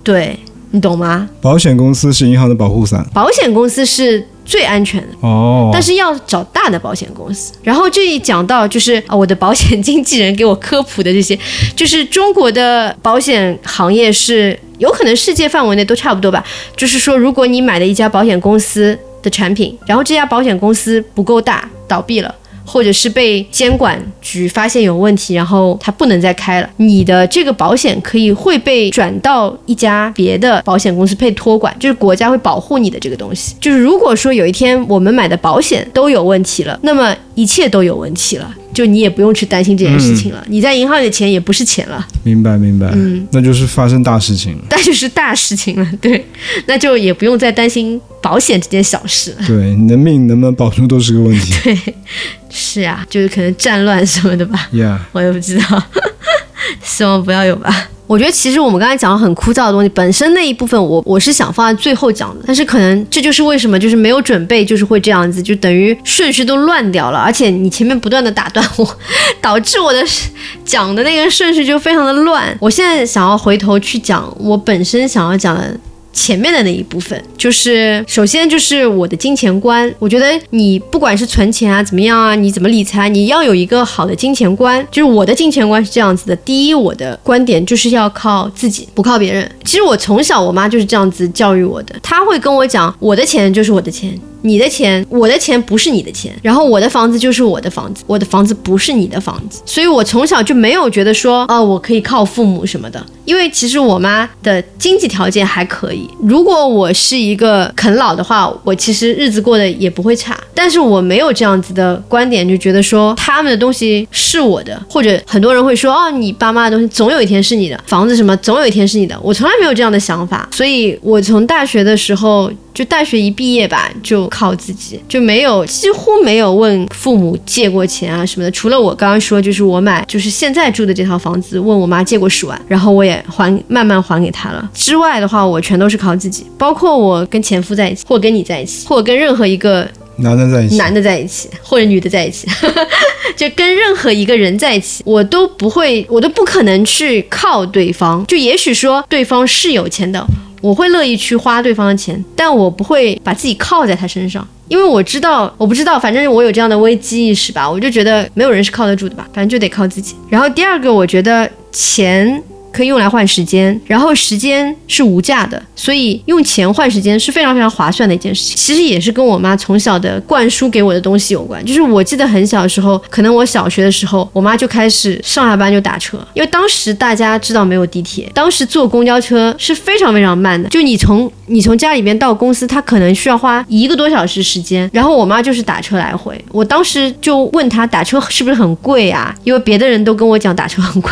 S2: 对你懂吗？
S1: 保险公司是银行的保护伞。
S2: 保险公司是最安全的。
S1: 哦，
S2: 但是要找大的保险公司。然后这里讲到就是啊，我的保险经纪人给我科普的这些，就是中国的保险行业是有可能世界范围内都差不多吧。就是说，如果你买的一家保险公司的产品，然后这家保险公司不够大，倒闭了。或者是被监管局发现有问题，然后它不能再开了，你的这个保险可以会被转到一家别的保险公司被托管，就是国家会保护你的这个东西。就是如果说有一天我们买的保险都有问题了，那么一切都有问题了，就你也不用去担心这件事情了，你在银行里的钱也不是钱了，
S1: 明白明白，
S2: 嗯
S1: 那就是发生大事情了。
S2: 那就是大事情了，对，那就也不用再担心保险这件小事了。
S1: 对，你的命能不能保住都是个问 题。
S2: 是啊，就是可能战乱什么的吧。
S1: Yeah，
S2: 我也不知道， 希望不要有吧。我觉得其实我们刚才讲的很枯燥的东西，本身那一部分我我是想放在最后讲的，但是可能这就是为什么就是没有准备，就是会这样子，就等于顺序都乱掉了，而且你前面不断的打断我， 导致我的讲的那个顺序就非常的乱。我现在想要回头去讲我本身想要讲的前面的那一部分，就是首先就是我的金钱观。我觉得你不管是存钱啊，怎么样啊，你怎么理财，你要有一个好的金钱观。就是我的金钱观是这样子的：第一，我的观点就是要靠自己，不靠别人。其实我从小我妈就是这样子教育我的，她会跟我讲，我的钱就是我的钱。你的钱，我的钱不是你的钱，然后我的房子就是我的房子，我的房子不是你的房子，所以我从小就没有觉得说，哦，我可以靠父母什么的，因为其实我妈的经济条件还可以，如果我是一个啃老的话，我其实日子过得也不会差，但是我没有这样子的观点，就觉得说他们的东西是我的，或者很多人会说，哦，你爸妈的东西总有一天是你的，房子什么总有一天是你的，我从来没有这样的想法，所以我从大学的时候就大学一毕业吧，就靠自己，就没有几乎没有问父母借过钱啊什么的。除了我刚刚说，就是我买就是现在住的这套房子，问我妈借过十万，然后我也还慢慢还给她了。之外的话，我全都是靠自己，包括我跟前夫在一起，或跟你在一起，或跟任何一个
S1: 男的在一起，
S2: 男的在一起，或者女的在一起， 就跟任何一个人在一起，我都不会，我都不可能去靠对方。就也许说对方是有钱的，我会乐意去花对方的钱，但我不会把自己靠在他身上。因为我知道，我不知道，反正我有这样的危机意识吧，我就觉得没有人是靠得住的吧，反正就得靠自己。然后第二个，我觉得钱可以用来换时间，然后时间是无价的，所以用钱换时间是非常非常划算的一件事情。其实也是跟我妈从小的灌输给我的东西有关。就是我记得很小的时候，可能我小学的时候，我妈就开始上下班就打车，因为当时大家知道没有地铁，当时坐公交车是非常非常慢的，就你从你从家里边到公司，她可能需要花一个多小时时间，然后我妈就是打车来回。我当时就问她打车是不是很贵啊？因为别的人都跟我讲打车很贵，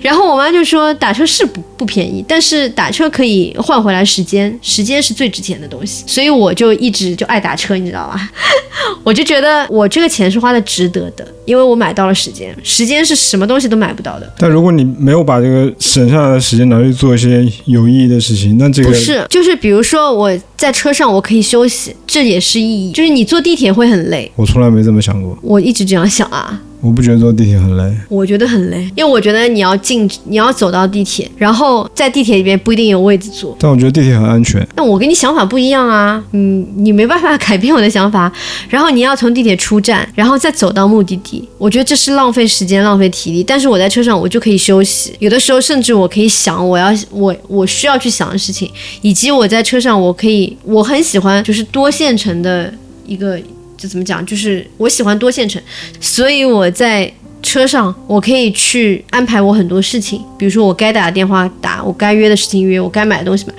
S2: 然后我妈就说打车是不不便宜，但是打车可以换回来时间，时间是最值钱的东西，所以我就一直就爱打车，你知道吧？ 我就觉得我这个钱是花的值得的，因为我买到了时间，时间是什么东西都买不到的。
S1: 但如果你没有把这个省下来的时间拿去做一些有意义的事情，那这个
S2: 不是，就是比如说我在车上我可以休息，这也是意义。就是你坐地铁会很累，
S1: 我从来没这么想过。
S2: 我一直这样想啊。
S1: 我不觉得坐地铁很累。
S2: 我觉得很累，因为我觉得你要进，你要走到地铁，然后在地铁里面不一定有位置坐，
S1: 但我觉得地铁很安全。
S2: 那我跟你想法不一样啊，嗯，你没办法改变我的想法。然后你要从地铁出站，然后再走到目的地，题，我觉得这是浪费时间、浪费体力。但是我在车上，我就可以休息，有的时候甚至我可以想我要我我需要去想的事情，以及我在车上我可以，我很喜欢就是多线程的一个，就怎么讲，就是我喜欢多线程，所以我在。车上我可以去安排我很多事情，比如说我该打的电话打，我该约的事情约，我该买的东西买，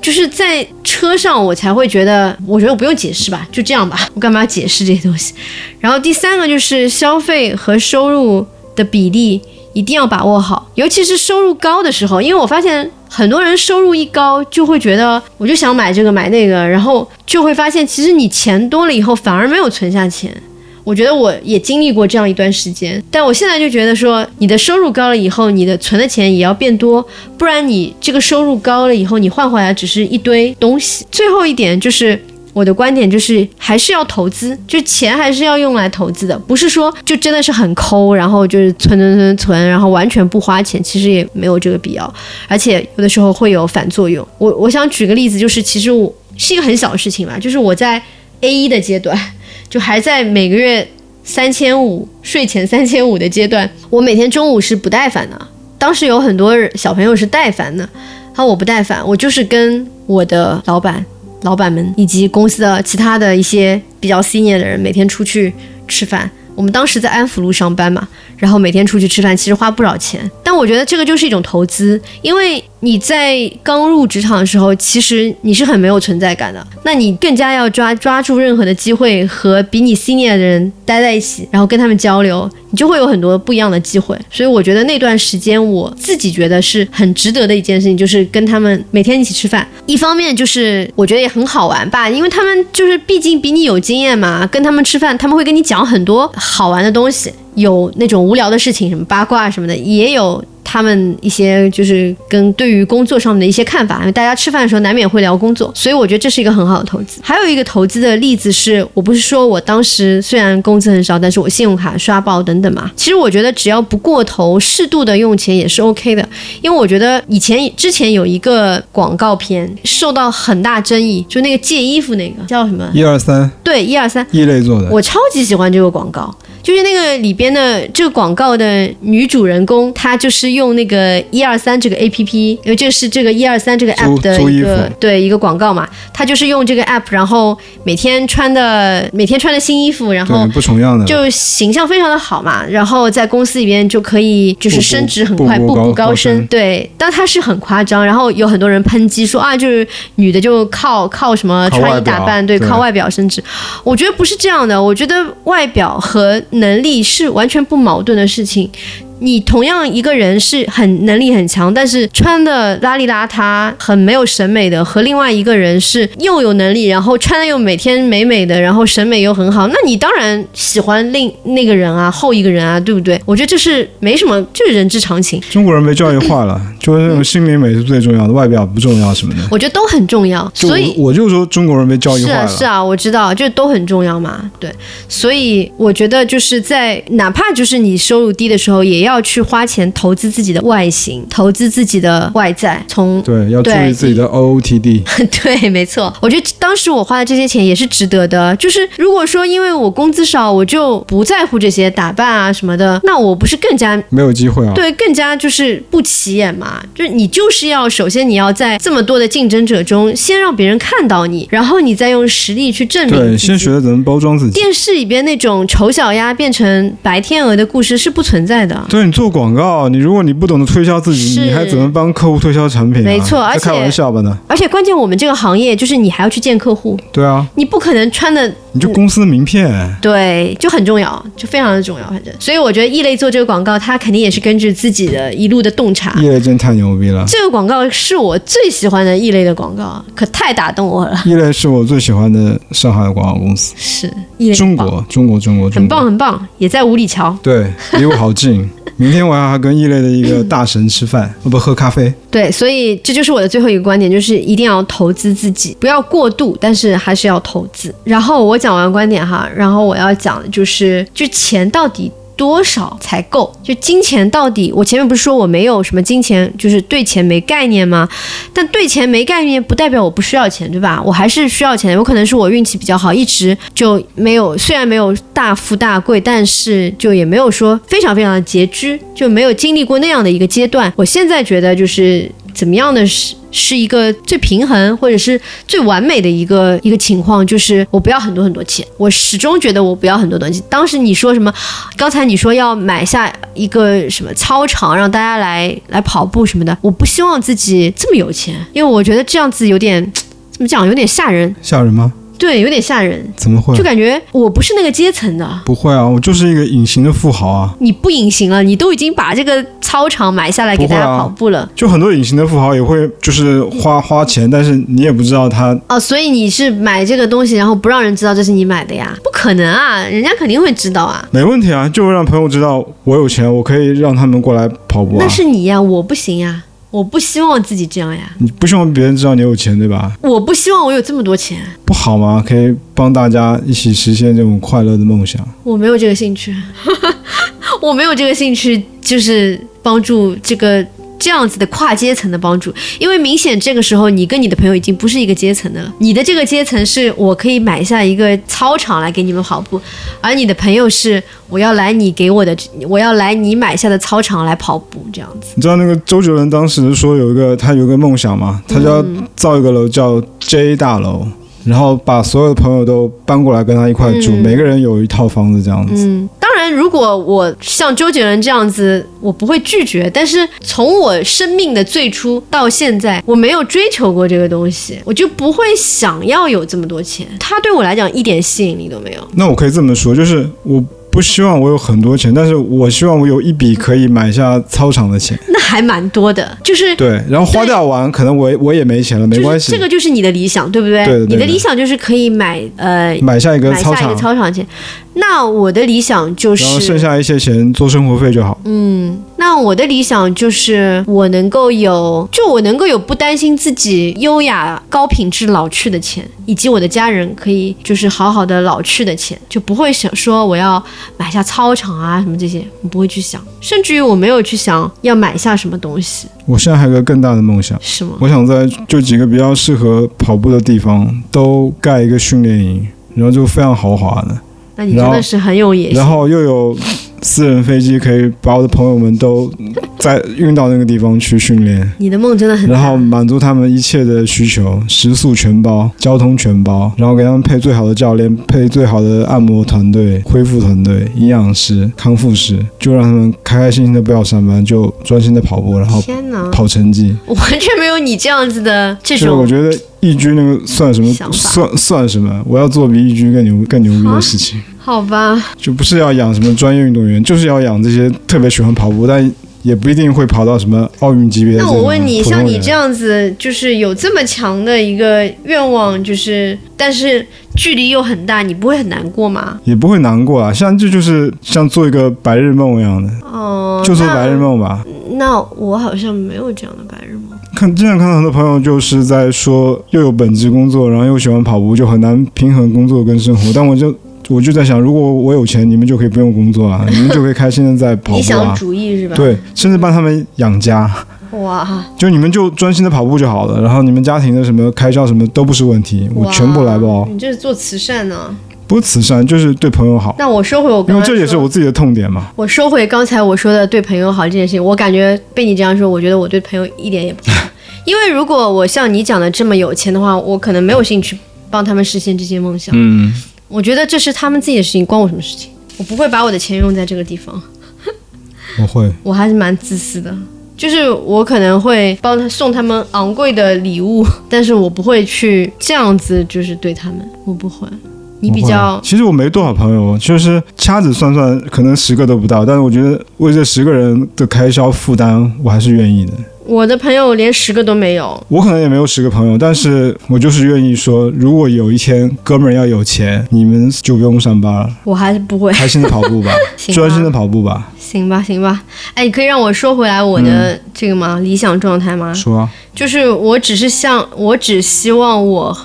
S2: 就是在车上我才会觉得，我觉得我不用解释吧，就这样吧，我干嘛要解释这些东西？然后第三个就是消费和收入的比例一定要把握好，尤其是收入高的时候，因为我发现很多人收入一高就会觉得我就想买这个买那个，然后就会发现其实你钱多了以后反而没有存下钱。我觉得我也经历过这样一段时间，但我现在就觉得说，你的收入高了以后，你的存的钱也要变多，不然你这个收入高了以后，你换回来只是一堆东西。最后一点就是我的观点就是还是要投资，就钱还是要用来投资的，不是说就真的是很抠，然后就是存存存存，然后完全不花钱，其实也没有这个必要，而且有的时候会有反作用。我我想举个例子，就是其实我是一个很小的事情吧，就是我在 A 一的阶段。 就还在每个月三千五税前三千五的阶段，我每天中午是不带饭的。当时有很多小朋友是带饭的，啊，我不带饭，我就是跟我的老板、老板们以及公司的其他的一些比较 senior 的人每天出去吃饭。我们当时在安福路上班嘛，然后每天出去吃饭，其实花不少钱。但我觉得这个就是一种投资，因为你在刚入职场的时候，其实你是很没有存在感的。那你更加要抓抓住任何的机会和比你 senior 的人待在一起，然后跟他们交流，你就会有很多不一样的机会。所以我觉得那段时间我自己觉得是很值得的一件事情，就是跟他们每天一起吃饭。一方面就是我觉得也很好玩吧，因为他们就是毕竟比你有经验嘛，跟他们吃饭，他们会跟你讲很多。好玩的东西，有那种无聊的事情，什么八卦什么的，也有他们一些就是跟对于工作上面的一些看法。因为大家吃饭的时候难免会聊工作，所以我觉得这是一个很好的投资。还有一个投资的例子是，我不是说我当时虽然工资很少，但是我信用卡刷爆等等嘛。其实我觉得只要不过头，适度的用钱也是 OK 的。因为我觉得以前之前有一个广告片受到很大争议，就那个借衣服那个叫什么？
S1: 一二三，
S2: 对，一二三。
S1: 异类做的，
S2: 我超级喜欢这个广告，就是那个里边的这个广告的女主人公，她就是用那个一二三这个 A P P，因为这是这个一二三这个 app
S1: 租
S2: 的
S1: 租
S2: 一
S1: 衣服
S2: 个对一个广告嘛，她就是用这个 app，然后每天穿的每天穿的新衣服，然后
S1: 对，不重样的，
S2: 就形象非常的好嘛，然后在公司里边就可以就是升职很
S1: 步步
S2: 快，
S1: 步步
S2: 步步
S1: 高
S2: 高升
S1: 升。
S2: 对，但他是很夸张，然后有很多人抨击说啊，就是女的就靠靠什么
S1: 靠
S2: 穿
S1: 外
S2: 衣打
S1: 表
S2: 扮，对，
S1: 对
S2: 靠外表升职。我觉得不是这样的，我觉得外表和能力是完全不矛盾的事情。你同样一个人是很能力很强，但是穿的邋里邋遢、很没有审美的，和另外一个人是又有能力，然后穿的又每天美美的，然后审美又很好，那你当然喜欢另那个人啊，后一个人啊，对不对？我觉得这是没什么，就是人之常情。
S1: 中国人被教育化了， 就是那种心灵美是最重要的，外表不重要什么的。
S2: 我觉得都很重要，
S1: 就
S2: 所以
S1: 我我就说中国人被教育
S2: 是
S1: 化
S2: 啊，
S1: 了，
S2: 是啊，我知道，这都很重要嘛。对，所以我觉得就是在哪怕就是你收入低的时候，也要去花钱投资自己的外形，投资自己的外在，从
S1: 对，要注
S2: 对
S1: 意自己的 OOTD，
S2: 对，没错，我觉得当时我花的这些钱也是值得的。就是如果说因为我工资少，我就不在乎这些打扮啊什么的，那我不是更加
S1: 没有机会啊。
S2: 对，更加就是不起眼嘛。就是你就是要首先你要在这么多的竞争者中，先让别人看到你，然后你再用实力去证明
S1: 对，
S2: 自己
S1: 先学着怎么包装自己。
S2: 电视里边那种丑小鸭变成白天鹅的故事是不存在的。
S1: 对你做广告，你如果你不懂得推销自己，
S2: 是
S1: 你还怎么帮客户推销产品、啊？
S2: 没错而
S1: 在
S2: 且
S1: 开玩笑吧呢？
S2: 而且关键，我们这个行业就是你还要去见客户，
S1: 对啊，
S2: 你不可能穿的
S1: 你就公司的名
S2: 啊
S1: 片，
S2: 对，就很重要，就非常的重要，反正。所以我觉得异类做这个广告，它肯定也是根据自己的一路的洞察。
S1: 业内真太牛逼了。
S2: 这个广告是我最喜欢的异类的广告，可太打动我了。
S1: 业内是我最喜欢的上海的广告公司，
S2: 是异类
S1: 中国，中国，中国，
S2: 很
S1: 中
S2: 棒
S1: 国，
S2: 很棒，也在五里桥。
S1: 对，离我好 近。明天晚上还跟业内的一个大神吃饭，哦我不喝咖啡。
S2: 对，所以这就是我的最后一个观点，就是一定要投资自己，不要过度，但是还是要投资。然后我讲完观点哈，然后我要讲的就是，就钱到底多少才够？就金钱到底，我前面不是说我没有什么金钱，就是对钱没概念吗？但对钱没概念不代表我不需要钱，对吧？我还是需要钱的。有可能是我运气比较好，一直就没有，虽然没有大富大贵，但是就也没有说非常非常的拮据，就没有经历过那样的一个阶段。我现在觉得就是怎么样的是。是一个最平衡或者是最完美的一个一个情况，就是我不要很多很多钱，我始终觉得我不要很多东西。当时你说什么？刚才你说要买下一个什么操场，让大家来来跑步什么的，我不希望自己这么有钱，因为我觉得这样子有点怎么讲，有点吓人，
S1: 吓人吗？
S2: 对，有点吓人，
S1: 怎么会
S2: 就？感觉我不是那个阶层的。
S1: 不会啊，我就是一个隐形的富豪啊。
S2: 你不隐形了，你都已经把这个操场买下来给大
S1: 不
S2: 家
S1: 会啊
S2: 跑步了
S1: 就很多隐形的富豪也会就是花花钱，但是你也不知道他
S2: 哦，所以你是买这个东西，然后不让人知道这是你买的呀？不可能啊，人家肯定会知道啊。
S1: 没问题啊，就让朋友知道我有钱，我可以让他们过来跑步啊
S2: 那。是你呀，我不行呀，我不希望自己这样呀，
S1: 你不希望别人知道你有钱对吧？
S2: 我不希望我有这么多钱，
S1: 不好吗？可以帮大家一起实现这种快乐的梦想。
S2: 我没有这个兴趣， 我没有这个兴趣，就是帮助这个。这样子的跨阶层的帮助，因为明显这个时候你跟你的朋友已经不是一个阶层的了。你的这个阶层是我可以买下一个操场来给你们跑步，而你的朋友是我要来你给我的，我要来你买下的操场来跑步这样子。
S1: 你知道那个周杰伦当时说有一个他有一个梦想嘛，
S2: 嗯
S1: 他就要造一个楼叫 J 大楼，然后把所有的朋友都搬过来跟他一块
S2: 嗯
S1: 住，每个人有一套房子这样子。
S2: 当然，如果我像周杰伦这样子，我不会拒绝。但是从我生命的最初到现在，我没有追求过这个东西，我就不会想要有这么多钱。它对我来讲一点吸引力都没有。
S1: 那我可以这么说，就是我不希望我有很多钱，但是我希望我有一笔可以买下操场的钱。
S2: 那还蛮多的，就是
S1: 对，然后花掉完，可能我也我也没钱了，没
S2: 就
S1: 关
S2: 是
S1: 系，
S2: 这个就是你的理想，对不对？
S1: 对的对的
S2: 你的理想就是可以买呃
S1: 买下一个
S2: 买
S1: 操
S2: 下一
S1: 场
S2: 个，操场钱。那我的理想就
S1: 然后剩
S2: 是，嗯
S1: 下一些钱做生活费就好。
S2: 那我的理想就是我能够有，就我能够有不担心自己优雅高品质老去的钱，以及我的家人可以就是好好的老去的钱，就不会想说我要买下操场啊什么这些，我不会去想，甚至于我没有去想要买下什么东西，
S1: 我现在还有个更大的梦想，
S2: 是吗？
S1: 我想在就几个比较适合跑步的地方都盖一个训练营，然后就非常豪华的，
S2: 那你真的是很有野心
S1: 然。后又有私人飞机可以把我的朋友们都在运到那个地方去训练，
S2: 你的梦真 的很
S1: 然后
S2: 大，
S1: 满足他们一切的需求，食宿全包，交通全包，然后给他们配最好的教练，配最好的按摩团队、恢复团队、营养师、康复师，就让他们开开心心的不要上班，就专心的跑步，然后
S2: 天哪，
S1: 跑成绩。
S2: 我完全没有你这样子的这
S1: 就是我
S2: 种
S1: 觉得易居那个算什么
S2: 想？法
S1: 算算什么？我要做比易居更牛更牛逼的事情，
S2: 好吧？
S1: 就不是要养什么专业运动员，就是要养这些特别喜欢跑步，但也不一定会跑到什么奥运级别的这
S2: 那
S1: 种普
S2: 我
S1: 通人。
S2: 问你，像你这样子，就是有这么强的一个愿望，就是但是距离又很大，你不会很难过吗？
S1: 也不会难过啊，像这就是像做一个白日梦一样的，
S2: 哦、
S1: 就做白日梦吧。
S2: 那。那我好像没有这样的白日梦。
S1: 看，经常看到很多朋友就是在说，又有本职工作，然后又喜欢跑步，就很难平衡工作跟生活。但我就我就在想，如果我有钱，你们就可以不用工作 啊，你们就可以开心的在跑
S2: 理
S1: 步
S2: 想
S1: 啊。
S2: 主义是吧？。
S1: 对，甚至帮他们养家，
S2: 哇，
S1: 就你们就专心的跑步就好了，然后你们家庭的什么开销什么都不是问题，我
S2: 哇
S1: 全部来包。
S2: 你这是做慈善呢？
S1: 不是慈善，就是对朋友好，
S2: 那我收回我
S1: 因
S2: 刚
S1: 为
S2: 才
S1: 这也是
S2: 说
S1: 我自己的痛点嘛。
S2: 我收回刚才我说的对朋友好这件事情，我感觉被你这样说，我觉得我对朋友一点 也不好。因为如果我像你讲的这么有钱的话，我可能没有兴趣帮他们实现这些梦想。
S1: 嗯，
S2: 我觉得这是他们自己的事情，关我什么事情？我不会把我的钱用在这个地方，
S1: 我会。
S2: 我还是蛮自私的。就是我可能会帮他送他们昂贵的礼物，但是我不会去这样子，就是对他们，我不会。你比
S1: 不会
S2: 较
S1: 啊其实我没多少朋友，就是掐指算算，可能十个都不到。但是我觉得为这十个人的开销负担，我还是愿意的。
S2: 我的朋友连十个都没有，
S1: 我可能也没有十个朋友，但是我就是愿意说，如果有一天哥们儿要有钱，你们就不用上班了，
S2: 我还是不会。
S1: 开心的跑步 吧，
S2: 行吧
S1: 专心的跑步吧。
S2: 行吧，行吧，哎，你可以让我说回来我的这个吗？理想状态吗？
S1: 说啊、
S2: 就是我只是像，我只希望我，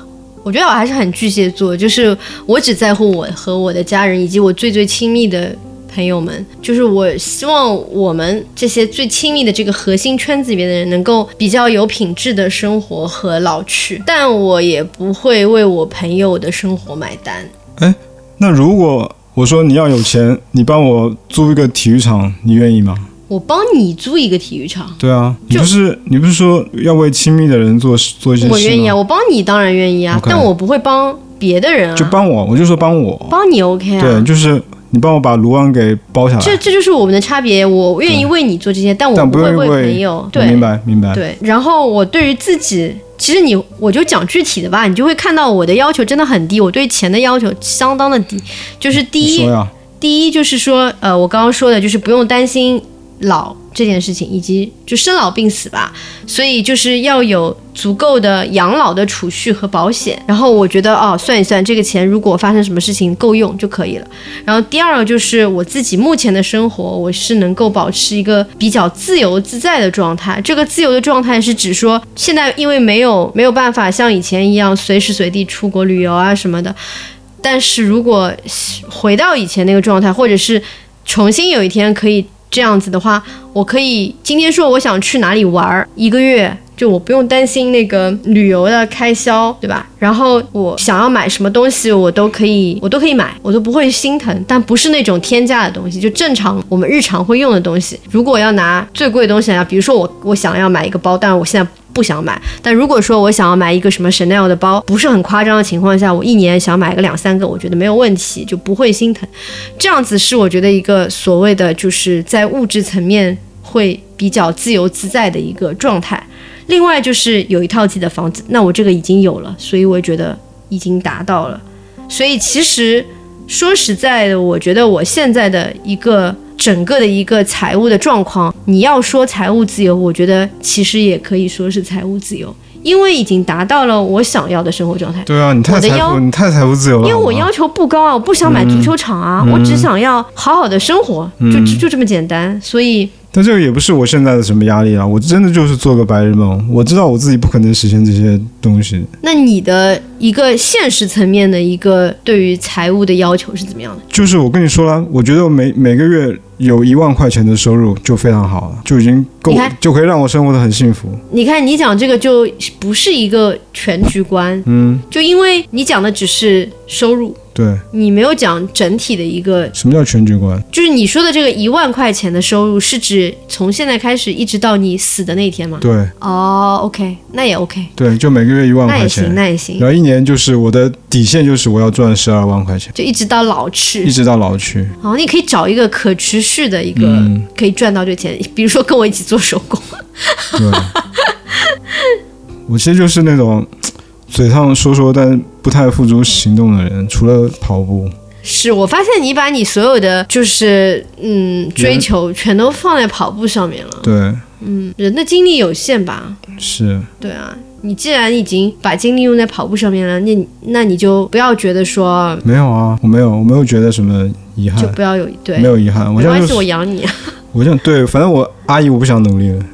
S2: 我觉得我还是很巨蟹座，就是我只在乎我和我的家人以及我最最亲密的朋友们，就是我希望我们这些最亲密的这个核心圈子里面的人，能够比较有品质的生活和老去，但我也不会为我朋友的生活买单。
S1: 那如果我说你要有钱，你帮我租一个体育场，你愿意吗？
S2: 我帮你租一个体育场，
S1: 对啊，你
S2: 就
S1: 不是你不是说要为亲密的人做事做一些事吗？
S2: 我愿意啊，我帮你当然愿意啊
S1: OK
S2: 但我不会帮别的人啊，
S1: 就帮我，我就说帮我。
S2: 帮你 OK 啊。
S1: 对，就是你帮我把卢旺给包下来。
S2: 这这就是我们的差别。我愿意为你做这些，但我
S1: 啊但
S2: 不
S1: 不
S2: 会
S1: 愿意为
S2: 朋友。
S1: 我
S2: 对，
S1: 明白明白。
S2: 对，然后我对于自己，其实你我就讲具体的吧，你就会看到我的要求真的很低，我对钱的要求相当的低，就是第
S1: 你
S2: 一
S1: 说，呀，
S2: 第一就是说，呃，我刚刚说的就是不用担心老这件事情，以及就生老病死吧，所以就是要有足够的养老的储蓄和保险。然后我觉得哦，算一算这个钱如果发生什么事情够用就可以了。然后第二个就是我自己目前的生活，我是能够保持一个比较自由自在的状态。这个自由的状态是指说，现在因为没有没有办法像以前一样随时随地出国旅游啊什么的，但是如果回到以前那个状态，或者是重新有一天可以这样子的话，我可以今天说我想去哪里玩儿，一个月就我不用担心那个旅游的开销，对吧？然后我想要买什么东西，我都可以，我都可以买，我都不会心疼。但不是那种天价的东西，就正常我们日常会用的东西。如果要拿最贵的东西来，比如说我我想要买一个包，但我现在。不想买，但如果说我想要买一个什么 Chanel 的包，不是很夸张的情况下，我一年想买个两三个，我觉得没有问题，就不会心疼。这样子是我觉得一个所谓的就是在物质层面会比较自由自在的一个状态。另外就是有一套自己的房子，那我这个已经有了，所以我觉得已经达到了。所以其实说实在的，我觉得我现在的一个整个的一个财务的状况，你要说财务自由，我觉得其实也可以说是财务自由，因为已经达到了我想要的生活状态。
S1: 对啊，你太
S2: 我的
S1: 财
S2: 腰
S1: 富，你太财富自由了。嗯
S2: 因为
S1: 好
S2: 我
S1: 吗
S2: 要求不高啊，我不想买足球场啊，我只想要好好的生活，
S1: 嗯
S2: 就就就这么简单。所以
S1: 但这个也不是我现在的什么压力啊，我真的就是做个白日梦。我知道我自己不可能实现这些东西。
S2: 那你的一个现实层面的一个对于财务的要求是怎么样的？
S1: 就是我跟你说了，我觉得我每每个月有一万块钱的收入就非常好了，就已经够
S2: 你看，
S1: 就可以让我生活的很幸福。
S2: 你看你讲这个就不是一个全局观，
S1: 嗯，
S2: 就因为你讲的只是收入，
S1: 对，
S2: 你没有讲整体的一个，
S1: 什么叫全局观？
S2: 就是你说的这个一万块钱的收入是指从现在开始一直到你死的那天吗？
S1: 对
S2: 哦，OK，那也 OK，
S1: 对，就每个月一万
S2: 那
S1: 块
S2: 也行，
S1: 钱，
S2: 那也行，
S1: 然后一年就是我的底线就是我要赚十二万块钱，
S2: 就一直到老去
S1: 一。直到老去。
S2: 哦，你可以找一个可持续的一个、
S1: 嗯
S2: 可以赚到这钱，比如说跟我一起做手工。
S1: 对，我其实就是那种嘴上说说但不太付诸行动的人，除了跑步。
S2: 是我发现你把你所有的就是嗯追
S1: 人
S2: 求全都放在跑步上面了。
S1: 对，
S2: 嗯，人的精力有限吧？
S1: 是
S2: 对啊，你既然已经把精力用在跑步上面了，那你那你就不要觉得说
S1: 没有啊，我没有，我没有觉得什么遗
S2: 就
S1: 憾，
S2: 不要有对，
S1: 没有遗憾。我
S2: 没
S1: 现在
S2: 关
S1: 就
S2: 系，
S1: 是
S2: 我养你，啊
S1: 我想对，反正我阿姨我不想努力了，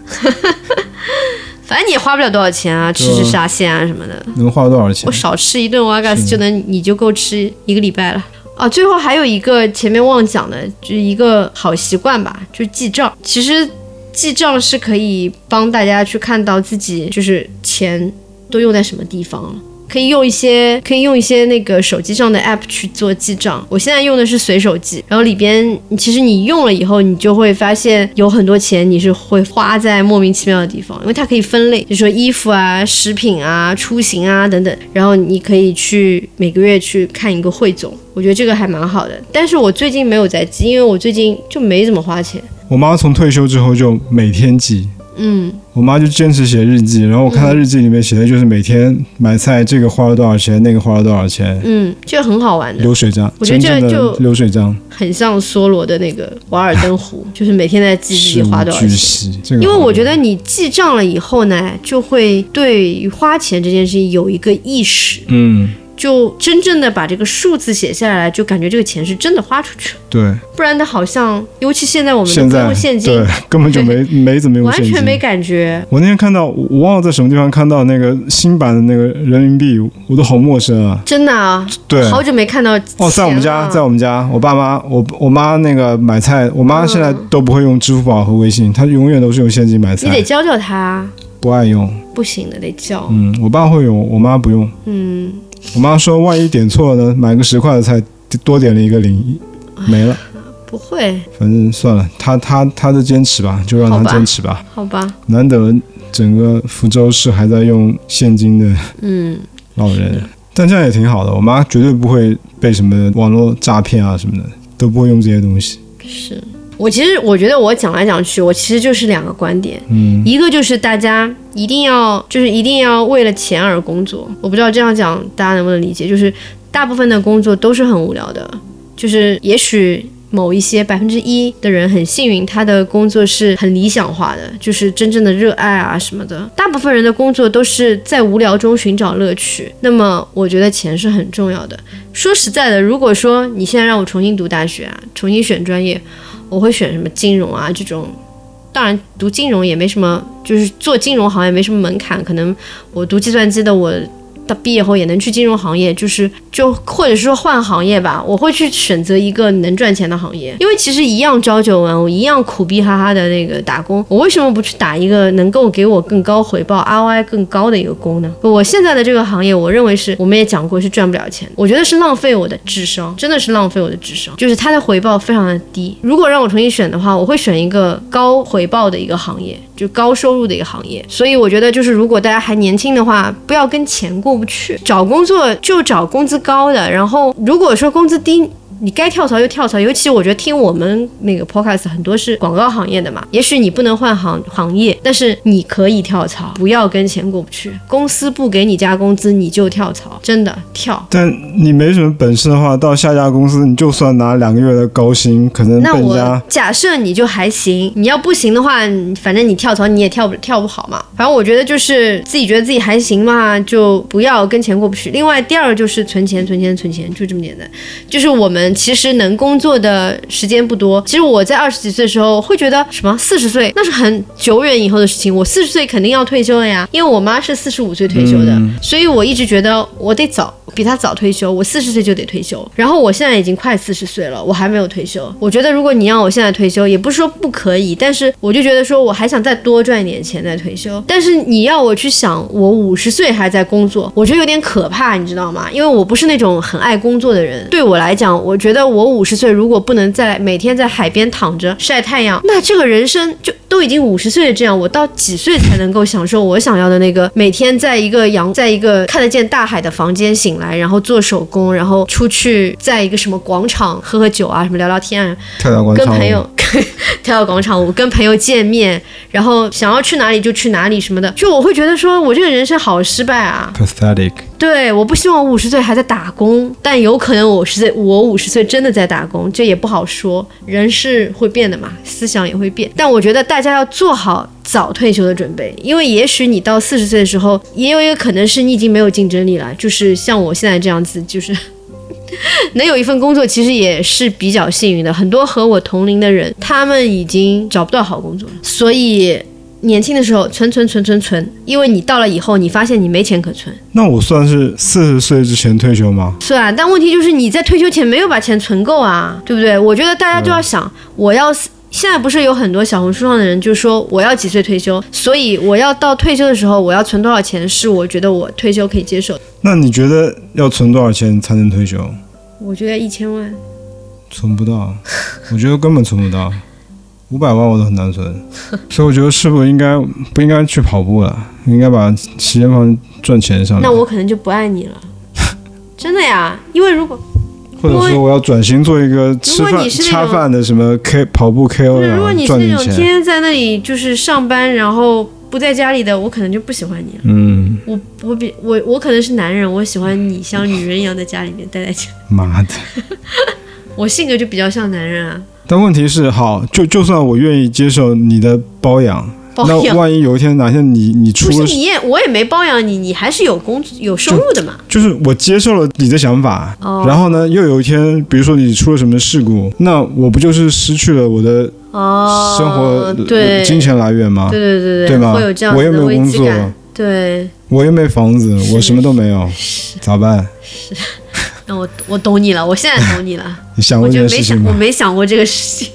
S2: 反正你也花不了多少钱啊，吃
S1: 对啊
S2: 吃沙县啊什么的。
S1: 能花多少钱
S2: 我？少吃一顿 wagas 就能你就够吃一个礼拜了。啊，最后还有一个前面忘讲的，就是一个好习惯吧，就是记账。其实记账是可以帮大家去看到自己就是钱都用在什么地方了。可以用一些，可以用一些那个手机上的 app 去做记账。我现在用的是随手记，然后里边其实你用了以后，你就会发现有很多钱你是会花在莫名其妙的地方，因为它可以分类，就说衣服啊、食品啊、出行啊等等。然后你可以去每个月去看一个汇总，我觉得这个还蛮好的。但是我最近没有在记，因为我最近就没怎么花钱。
S1: 我妈从退休之后就每天记，嗯，我妈就坚持写日记，然后我看她
S2: 嗯
S1: 日记里面写的就是每天买菜这个花了多少钱，那个花了多少钱，
S2: 嗯，这个很好玩的。
S1: 流水账，
S2: 我觉得
S1: 真
S2: 这
S1: 正
S2: 就
S1: 的流水账，
S2: 很像梭罗的那个《瓦尔登湖》，就是每天在记自己
S1: 事
S2: 花
S1: 无
S2: 多少
S1: 巨
S2: 钱。
S1: 细。这个
S2: 因为
S1: 好
S2: 我
S1: 玩
S2: 觉得你记账了以后呢，就会对于花钱这件事情有一个意识，
S1: 嗯，
S2: 就真正的把这个数字写下来，就感觉这个钱是真的花出去了。
S1: 对，
S2: 不然的好像，尤其现在我们都
S1: 现
S2: 不
S1: 在
S2: 用现金
S1: 对，根本就 没没怎么用
S2: 完
S1: 现金，
S2: 全没感觉。
S1: 我那天看到，我我忘了在什么地方看到那个新版的那个人民币，我都好陌生啊。
S2: 真的啊，
S1: 对，
S2: 好啊久没看到
S1: 哦，在我们
S2: 钱
S1: 家，
S2: 了
S1: 在我们家，我爸妈，我我妈那个买菜，我妈现在都不会用支付宝和微信，她永远都是用现金买
S2: 嗯你得
S1: 菜，
S2: 教教他，
S1: 不爱用。
S2: 不行的得教。
S1: 嗯，我爸会用，我妈不用。
S2: 嗯，
S1: 我妈说，万一点错了呢，买个十块的菜，多点了一个零，没了。
S2: 不会，
S1: 反正算了，她她她的坚持吧，就让
S2: 好
S1: 她
S2: 吧
S1: 坚持吧。
S2: 好吧，
S1: 难得整个福州市还在用现金的
S2: 嗯，
S1: 老人，但这样也挺好的。我妈绝对不会被什么网络诈骗啊什么的，都不会用这些东西。
S2: 是我其实我觉得我讲来讲去，我其实就是两个观点，
S1: 嗯，
S2: 一个就是大家一定要就是一定要为了钱而工作，我不知道这样讲大家能不能理解，就是大部分的工作都是很无聊的，就是也许。某一些百分之一的人很幸运，他的工作是很理想化的，就是真正的热爱啊什么的。大部分人的工作都是在无聊中寻找乐趣。那么，我觉得钱是很重要的。说实在的，如果说你现在让我重新读大学啊，重新选专业，我会选什么金融啊这种。当然，读金融也没什么，就是做金融行业没什么门槛。可能我读计算机的，我到毕业后也能去金融行业，就是就或者说换行业吧。我会去选择一个能赚钱的行业，因为其实一样朝九晚五，一样苦逼哈哈的那个打工，我为什么不去打一个能够给我更高回报、ROI 更高的一个工呢？我现在的这个行业，我认为是我们也讲过是赚不了钱的，我觉得是浪费我的智商，真的是浪费我的智商，就是它的回报非常的低。如果让我重新选的话，我会选一个高回报的一个行业，就高收入的一个行业。所以我觉得，就是如果大家还年轻的话，不要跟钱过不去，找工作就找工资高的，然后如果说工资低。你该跳槽就跳槽，尤其我觉得听我们那个 podcast 很多是广告行业的嘛，也许你不能换行行业，但是你可以跳槽，不要跟钱过不去。公司不给你加工资，你就跳槽，真的跳。
S1: 但你没什么本事的话，到下家公司，你就算拿两个月的高薪，可能被
S2: 那
S1: 人
S2: 我
S1: 家
S2: 假设你就还行，你要不行的话，你反正你跳槽你也跳不跳不好嘛。反正我觉得就是自己觉得自己还行嘛，就不要跟钱过不去。另外，第二就是存钱，存钱，存钱，就这么简单。就是我们其实能工作的时间不多。其实我在二十几岁的时候会觉得什么四十岁那是很久远以后的事情，我四十岁肯定要退休了呀，因为我妈是四十五岁退休的，所以我一直觉得我得早比她早退休，我四十岁就得退休。然后我现在已经快四十岁了，我还没有退休。我觉得如果你让我现在退休，也不是说不可以，但是我就觉得说我还想再多赚一点钱再退休。但是你要我去想，我五十岁还在工作，我觉得有点可怕，你知道吗？因为我不是那种很爱工作的人。对我来讲，我觉得我五十岁如果不能在每天在海边躺着晒太阳，那这个人生就都已经五十岁了，这样我到几岁才能够享受我想要的那个每天在一个阳，在一个看得见大海的房间醒来，然后做手工，然后出去在一个什么广场喝喝酒啊，什么聊聊天啊，
S1: 跳跳广
S2: 跟
S1: 场舞
S2: 朋友跳跳广场舞，跟朋友见面，然后想要去哪里就去哪里什么的，就我会觉得说我这个人生好失败啊。
S1: pathetic。
S2: 对，我不希望五十岁还在打工，但有可能我是在我五十岁真的在打工，这也不好说。人是会变的嘛，思想也会变。但我觉得大家要做好早退休的准备，因为也许你到四十岁的时候，也有一个可能是你已经没有竞争力了，就是像我现在这样子，就是 能有一份工作，其实也是比较幸运的。很多和我同龄的人，他们已经找不到好工作了，所以。年轻的时候存存存存存，因为你到了以后，你发现你没钱可存，
S1: 那我算是四十岁之前退休吗？
S2: 是啊，但问题就是你在退休前没有把钱存够啊，对不对？我觉得大家
S1: 嗯
S2: 就要想，我要是现在不是有很多小红书上的人就说我要几岁退休，所以我要到退休的时候我要存多少钱是我觉得我退休可以接受的。
S1: 那你觉得要存多少钱才能退休？
S2: 我觉得一千万，
S1: 存不到，我觉得根本存不到，五百万我都很难存， 所以我觉得是不是应该不应该去跑步了？应该把时间放赚钱上面。
S2: 那我可能就不爱你了， 真的呀，因为如果
S1: 或者说我要转型做一个吃
S2: 如果
S1: 饭
S2: 你是那种
S1: 恰饭的什么 K 跑步 KO
S2: 就是
S1: 呀
S2: 如果你，是
S1: 啊赚
S2: 那
S1: 点
S2: 种天
S1: 钱。
S2: 天在那里就是上班然后不在家里的，我可能就不喜欢你了。
S1: 嗯，
S2: 我我比我我可能是男人，我喜欢你 像女人一样在家里面待在家。
S1: 妈的！
S2: 我性格就比较像男人啊，
S1: 但问题是，好，就就算我愿意接受你的包养，
S2: 包
S1: 那
S2: 养。
S1: 万一有一天哪天你你
S2: 不
S1: 出
S2: 是
S1: 了，
S2: 你也，我也没包养你，你还是有工有收入的嘛。
S1: 就是我接受了你的想法，
S2: 哦
S1: 然后呢，又有一天，比如说你出了什么事故，那我不就是失去了我的
S2: 哦，
S1: 生活、呃
S2: 对，
S1: 金钱来源吗？
S2: 对对对对
S1: 对吗
S2: 会有这样
S1: 我
S2: 子
S1: 又没
S2: 的
S1: 有
S2: 危
S1: 工
S2: 机
S1: 作
S2: 感。对，
S1: 我又没房子，我什么都没有，咋办？
S2: 那我我懂你了，我现在懂 你了。
S1: 你想
S2: 我
S1: 过这
S2: 就
S1: 件
S2: 没
S1: 事
S2: 想
S1: 情，
S2: 我
S1: 吗？
S2: 没想过这个事情。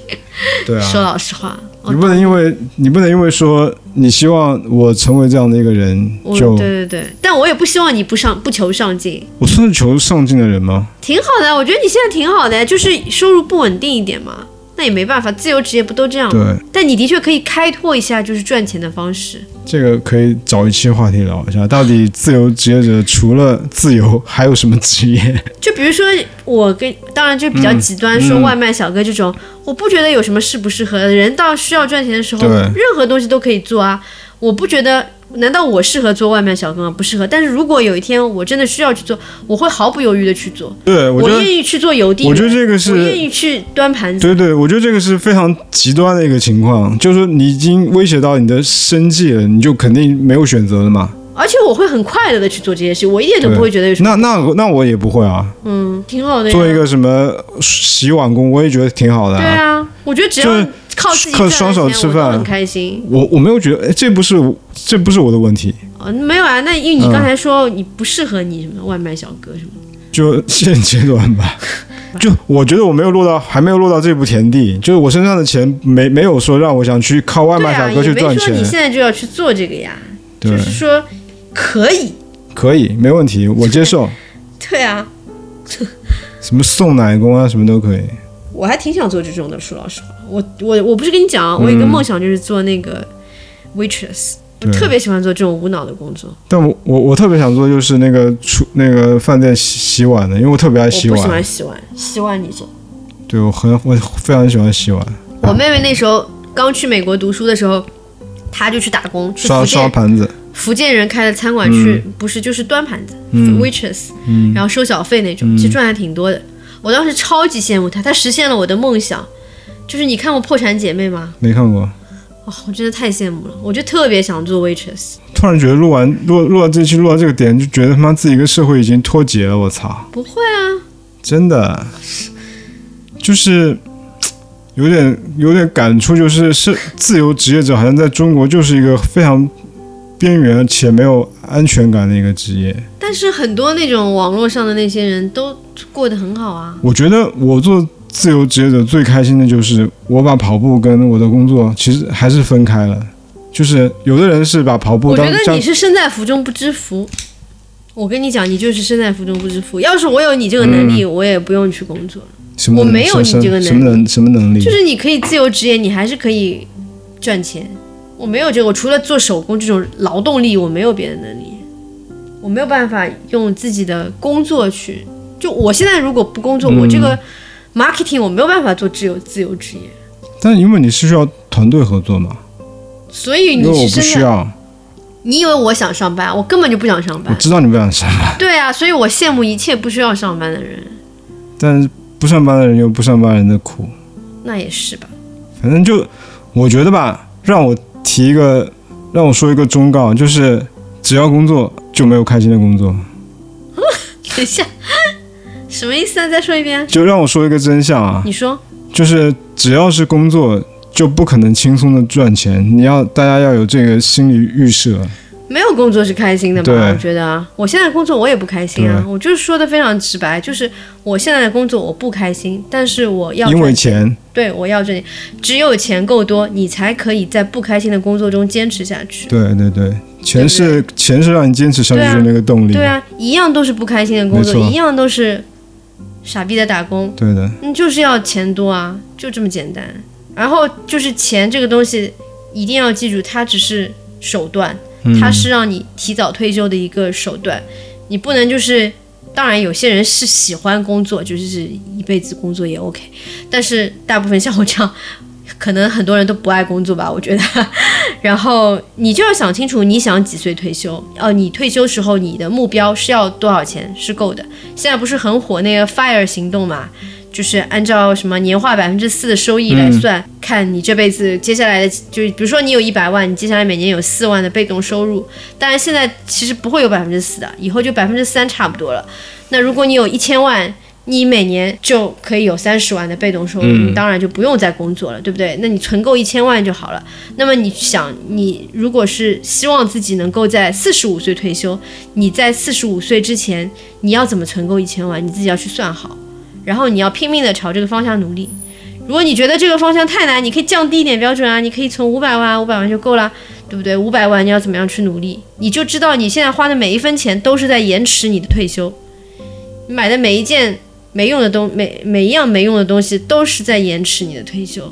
S1: 对啊，
S2: 说老实话，我
S1: 你不能因为你不能因为说你希望我成为这样的一个人，
S2: 我
S1: 就
S2: 对对对，但我也不希望你不上不求上进，
S1: 我算是求上进的人吗？
S2: 挺好的。啊我觉得你现在挺好的，啊就是收入不稳定一点嘛。那也没办法，自由职业不都这样吗？
S1: 对，
S2: 但你的确可以开拓一下，就是赚钱的方式。
S1: 这个可以找一期话题聊一下，到底自由职业者除了自由还有什么职业？
S2: 就比如说，我跟当然就比
S1: 嗯
S2: 较极端，说外卖小哥这种，我不觉得有什么适不适合的。人到需要赚钱的时候，
S1: 对
S2: 任何东西都可以做啊。我不觉得，难道我适合做外卖小哥吗？不适合。但是如果有一天我真的需要去做，我会毫不犹豫的去做。
S1: 对，我
S2: 我
S1: 觉得，
S2: 愿意去做邮递员，
S1: 我觉得这个是
S2: 我愿意去端盘子。
S1: 对对，我觉得这个是非常极端的一个情况，就是说你已经威胁到你的生计了，你就肯定没有选择了嘛。
S2: 而且我会很快乐的去做这些事，我一点都
S1: 对
S2: 不会觉得有什么，
S1: 那那那我也不会啊，
S2: 嗯，挺好的呀。
S1: 做一个什么洗碗工，我也觉得挺好的、
S2: 对啊，我觉得只要
S1: 就是
S2: 靠自己
S1: 靠
S2: 赚
S1: 双手
S2: 的钱
S1: 吃
S2: 我都
S1: 饭
S2: 很开心。
S1: 我我没有觉得，哎，这不是这不是我的问题，
S2: 哦，没有啊，那因为你
S1: 嗯
S2: 刚才说你不适合你什么外卖小哥什么的，
S1: 就现阶段 吧。就我觉得我没有落到，还没有落到这步田地，就是我身上的钱没没有说让我想去靠外
S2: 对
S1: 卖
S2: 啊，
S1: 小哥
S2: 也
S1: 去
S2: 没
S1: 赚
S2: 说
S1: 钱
S2: 你，现在就要去做这个呀，
S1: 对，
S2: 就是说可以，
S1: 可以，没问题，我接受，
S2: 对啊，
S1: 什么送奶工啊，什么都可以。
S2: 我还挺想做这种的，说老实话，我我我不是跟你讲啊，我有一个梦想就是做那个 waitress，、我
S1: 嗯对
S2: 特别喜欢做这种无脑的工作，
S1: 但我我我特别想做就是那个厨那个饭店洗洗碗的，因为我特别爱
S2: 我
S1: 洗
S2: 不喜
S1: 碗，
S2: 欢洗碗，洗碗你做。
S1: 对我很我非常喜欢洗碗，
S2: 我妹妹那时候刚去美国读书的时候，她就去打工，去
S1: 刷
S2: 福
S1: 刷
S2: 建
S1: 盘子，
S2: 福建人开的餐馆去，不是就是端盘子、w a i t r e s s 然后收小费那种，其实赚还挺多的。我当时超级羡慕她，她实现了我的梦想。就是你看过《破产姐妹》吗？
S1: 没看过。
S2: 哦，我真的太羡慕了，我就特别想做 waitress。
S1: 突然觉得录完录录到这期录到这个点，就觉得他妈自己跟社会已经脱节了，我操！
S2: 不会啊，
S1: 真的，就是有点有点感触，就是是自由职业者好像在中国就是一个非常边缘且没有安全感的一个职业。
S2: 但是很多那种网络上的那些人都过得很好啊。
S1: 我觉得我做自由职业者最开心的就是我把跑步跟我的工作其实还是分开了。就是有的人是把跑步
S2: 我
S1: 当
S2: 觉得
S1: 当
S2: 你是身在福中不知福。我跟你讲，你就是身在福中不知福。要是我有你这个能力，我也不用去工作。
S1: 什么
S2: 我没有你
S1: 什么
S2: 这个能力
S1: 什么能什么能力
S2: 就，是你可以自由职业，你还是可以赚钱。我没有这个，我除了做手工这种劳动力，我没有别的能力。我没有办法用自己的工作去，就我现在如果不工
S1: 嗯
S2: 作，我这个 marketing 我没有办法做自由自由职业。
S1: 但因为你是需要团队合作嘛，
S2: 所以
S1: 因为
S2: 哎你
S1: 我
S2: 是
S1: 不需
S2: 真的，
S1: 要，
S2: 你以为我想上班，我根本就不想上
S1: 我
S2: 班。
S1: 知道你不想上班。
S2: 对啊，所以我羡慕一切不需要上班的人。
S1: 但是不上班的人有不上班人的苦。
S2: 那也是吧。
S1: 反正就我觉得吧，让我提一个，让我说一个忠告，就是只要工作就没有开心的工作。
S2: 等一下， 什么意思啊？再说一遍。
S1: 就让我说一个真相啊，
S2: 你说
S1: 就是只要是工作。就不可能轻松的赚钱，你要大家要有这个心理预设。
S2: 没有工作是开心的
S1: 对
S2: 吗？我觉得啊，我现在工作我也不开心啊。我就是说的非常直白，就是我现在的工作我不开心，但是我要
S1: 因为
S2: 赚
S1: 钱，
S2: 对我要赚钱，只有钱够多，你才可以在不开心的工作中坚持下去。
S1: 对对对，钱是钱是让你坚持下去
S2: 对啊
S1: 的那个动力。
S2: 对啊，一样都是不开心的工作，
S1: 没错
S2: 一样都是傻逼的打工，
S1: 对的，
S2: 嗯，就是要钱多啊，就这么简单。然后就是钱这个东西，一定要记住，它只是手段，
S1: 嗯
S2: 它是让你提早退休的一个手段。你不能就是，当然有些人是喜欢工作，就是一辈子工作也 OK，但是大部分像我这样。可能很多人都不爱工作吧，我觉得。 然后你就要想清楚，你想几岁退休？哦，你退休时候你的目标是要多少钱是够的？现在不是很火那个 FIRE 行动嘛？就是按照什么年化百分之四的收益来算，看你这辈子接下来的，就是比如说你有一百万，你接下来每年有四万的被动收入，当然现在其实不会有百分之四的，以后就百分之三差不多了。那如果你有一千万，你每年就可以有三十万的被动收入，
S3: 嗯
S2: 你当然就不用再工作了，对不对？那你存够一千万就好了。那么你想，你如果是希望自己能够在四十五岁退休，你在四十五岁之前，你要怎么存够一千万，你自己要去算好，然后你要拼命的朝这个方向努力。如果你觉得这个方向太难，你可以降低一点标准啊，你可以存五百万，五百万就够了，对不对？五百万你要怎么样去努力？你就知道你现在花的每一分钱都是在延迟你的退休，你买的每一件没用的东每每一样没用的东西都是在延迟你的退休，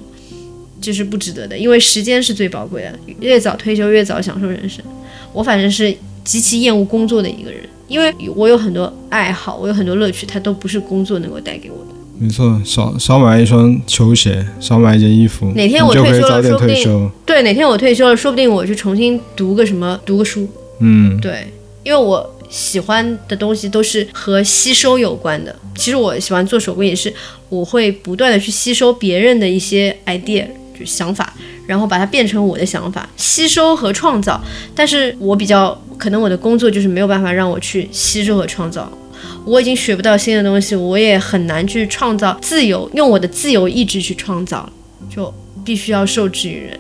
S2: 这是不值得的，因为时间是最宝贵的，越早退休越早享受人生。我反正是极其厌恶工作的一个人，因为我有很多爱好，我有很多乐趣，它都不是工作能够带给我的。
S1: 没错，少少买一双球鞋，少买一件衣服，
S2: 哪天
S1: 你
S2: 我
S1: 就可以
S2: 退休了
S1: 早点
S2: 说不
S1: 退
S2: 定
S1: 休。
S2: 对，哪天我退休了，说不定我去重新读个什么，读个书。
S1: 嗯，
S2: 对，因为我喜欢的东西都是和吸收有关的。其实我喜欢做手工也是，我会不断的去吸收别人的一些 idea。就想法，然后把它变成我的想法，吸收和创造。但是我比较可能我的工作就是没有办法让我去吸收和创造，我已经学不到新的东西，我也很难去创造自由，用我的自由意志去创造，就必须要受制于人。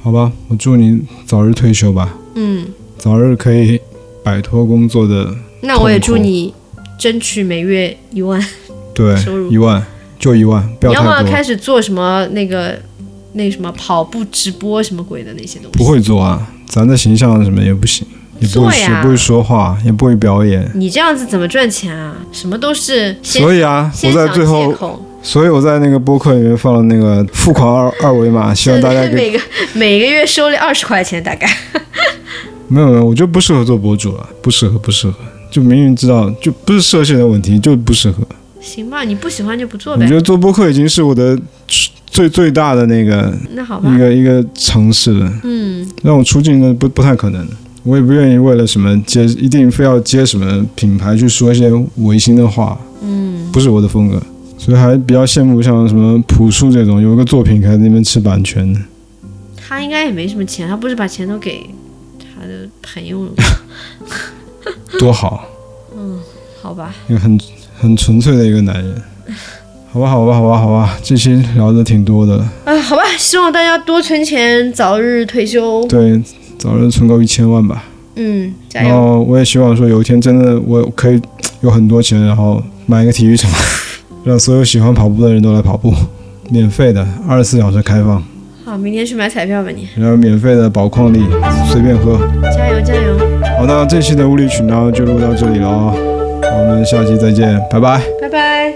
S1: 好吧，我祝你早日退休吧，
S2: 嗯，
S1: 早日可以摆脱工作的
S2: 那我也
S1: 痛苦
S2: 祝你争取每月一万。
S1: 对
S2: 收入
S1: 一万，就一万，不
S2: 你要不
S1: 太
S2: 要
S1: 多
S2: 开。始做什么那个那什么跑步直播什么鬼的那些东西？
S1: 不，会做啊，咱的形象什么也不行，也不会
S2: 做
S1: 说
S2: 呀
S1: 也不会说话，也不会表演。
S2: 你这样子怎么赚钱啊？什么都是先
S1: 所以啊，我
S2: 先
S1: 在
S2: 想
S1: 最后
S2: 借，口，
S1: 所以我在那个播客里面放了那个付款二二维码，希望大 家给
S2: 每个每个月收了二十块钱大概。
S1: 没有没有，我就不适合做博主了，不适合不适合，就明明知道就不是设限的问题，就不适合。
S2: 行吧，你不喜欢就不做
S1: 我
S2: 呗
S1: 觉。得做播客已经是我的最最大的那个
S2: 那好吧
S1: 一，个一个尝试了，
S2: 嗯，
S1: 让我出镜的不不太可能的。我也不愿意为了什么接，一定非要接什么品牌去说一些违心的话，嗯，不是我的风格，所以还比较羡慕像什么朴树这种有一个作品还在那边吃版权的，
S2: 他应该也没什么钱，他不是把钱都给他的朋友了吗？
S1: 多好，
S2: 好吧，
S1: 一个很很纯粹的一个男人。好吧，好吧，好吧，好吧，这期聊的挺多的了，
S2: 啊，好吧，希望大家多存钱，早日退休。
S1: 对，早日存够一千万吧。
S2: 嗯，加
S1: 然
S2: 油。
S1: 后我也希望说有一天真的我可以有很多钱，然后买一个体育场， 让所有喜欢跑步的人都来跑步，免费的，二十四小时开放，
S2: 好，明天去买彩票吧你，
S1: 然后免费的宝矿力，随便喝。
S2: 加油加油，
S1: 好，那这期的无理取闹就录到这里了哦，我们下期再见，拜拜。
S2: 拜拜。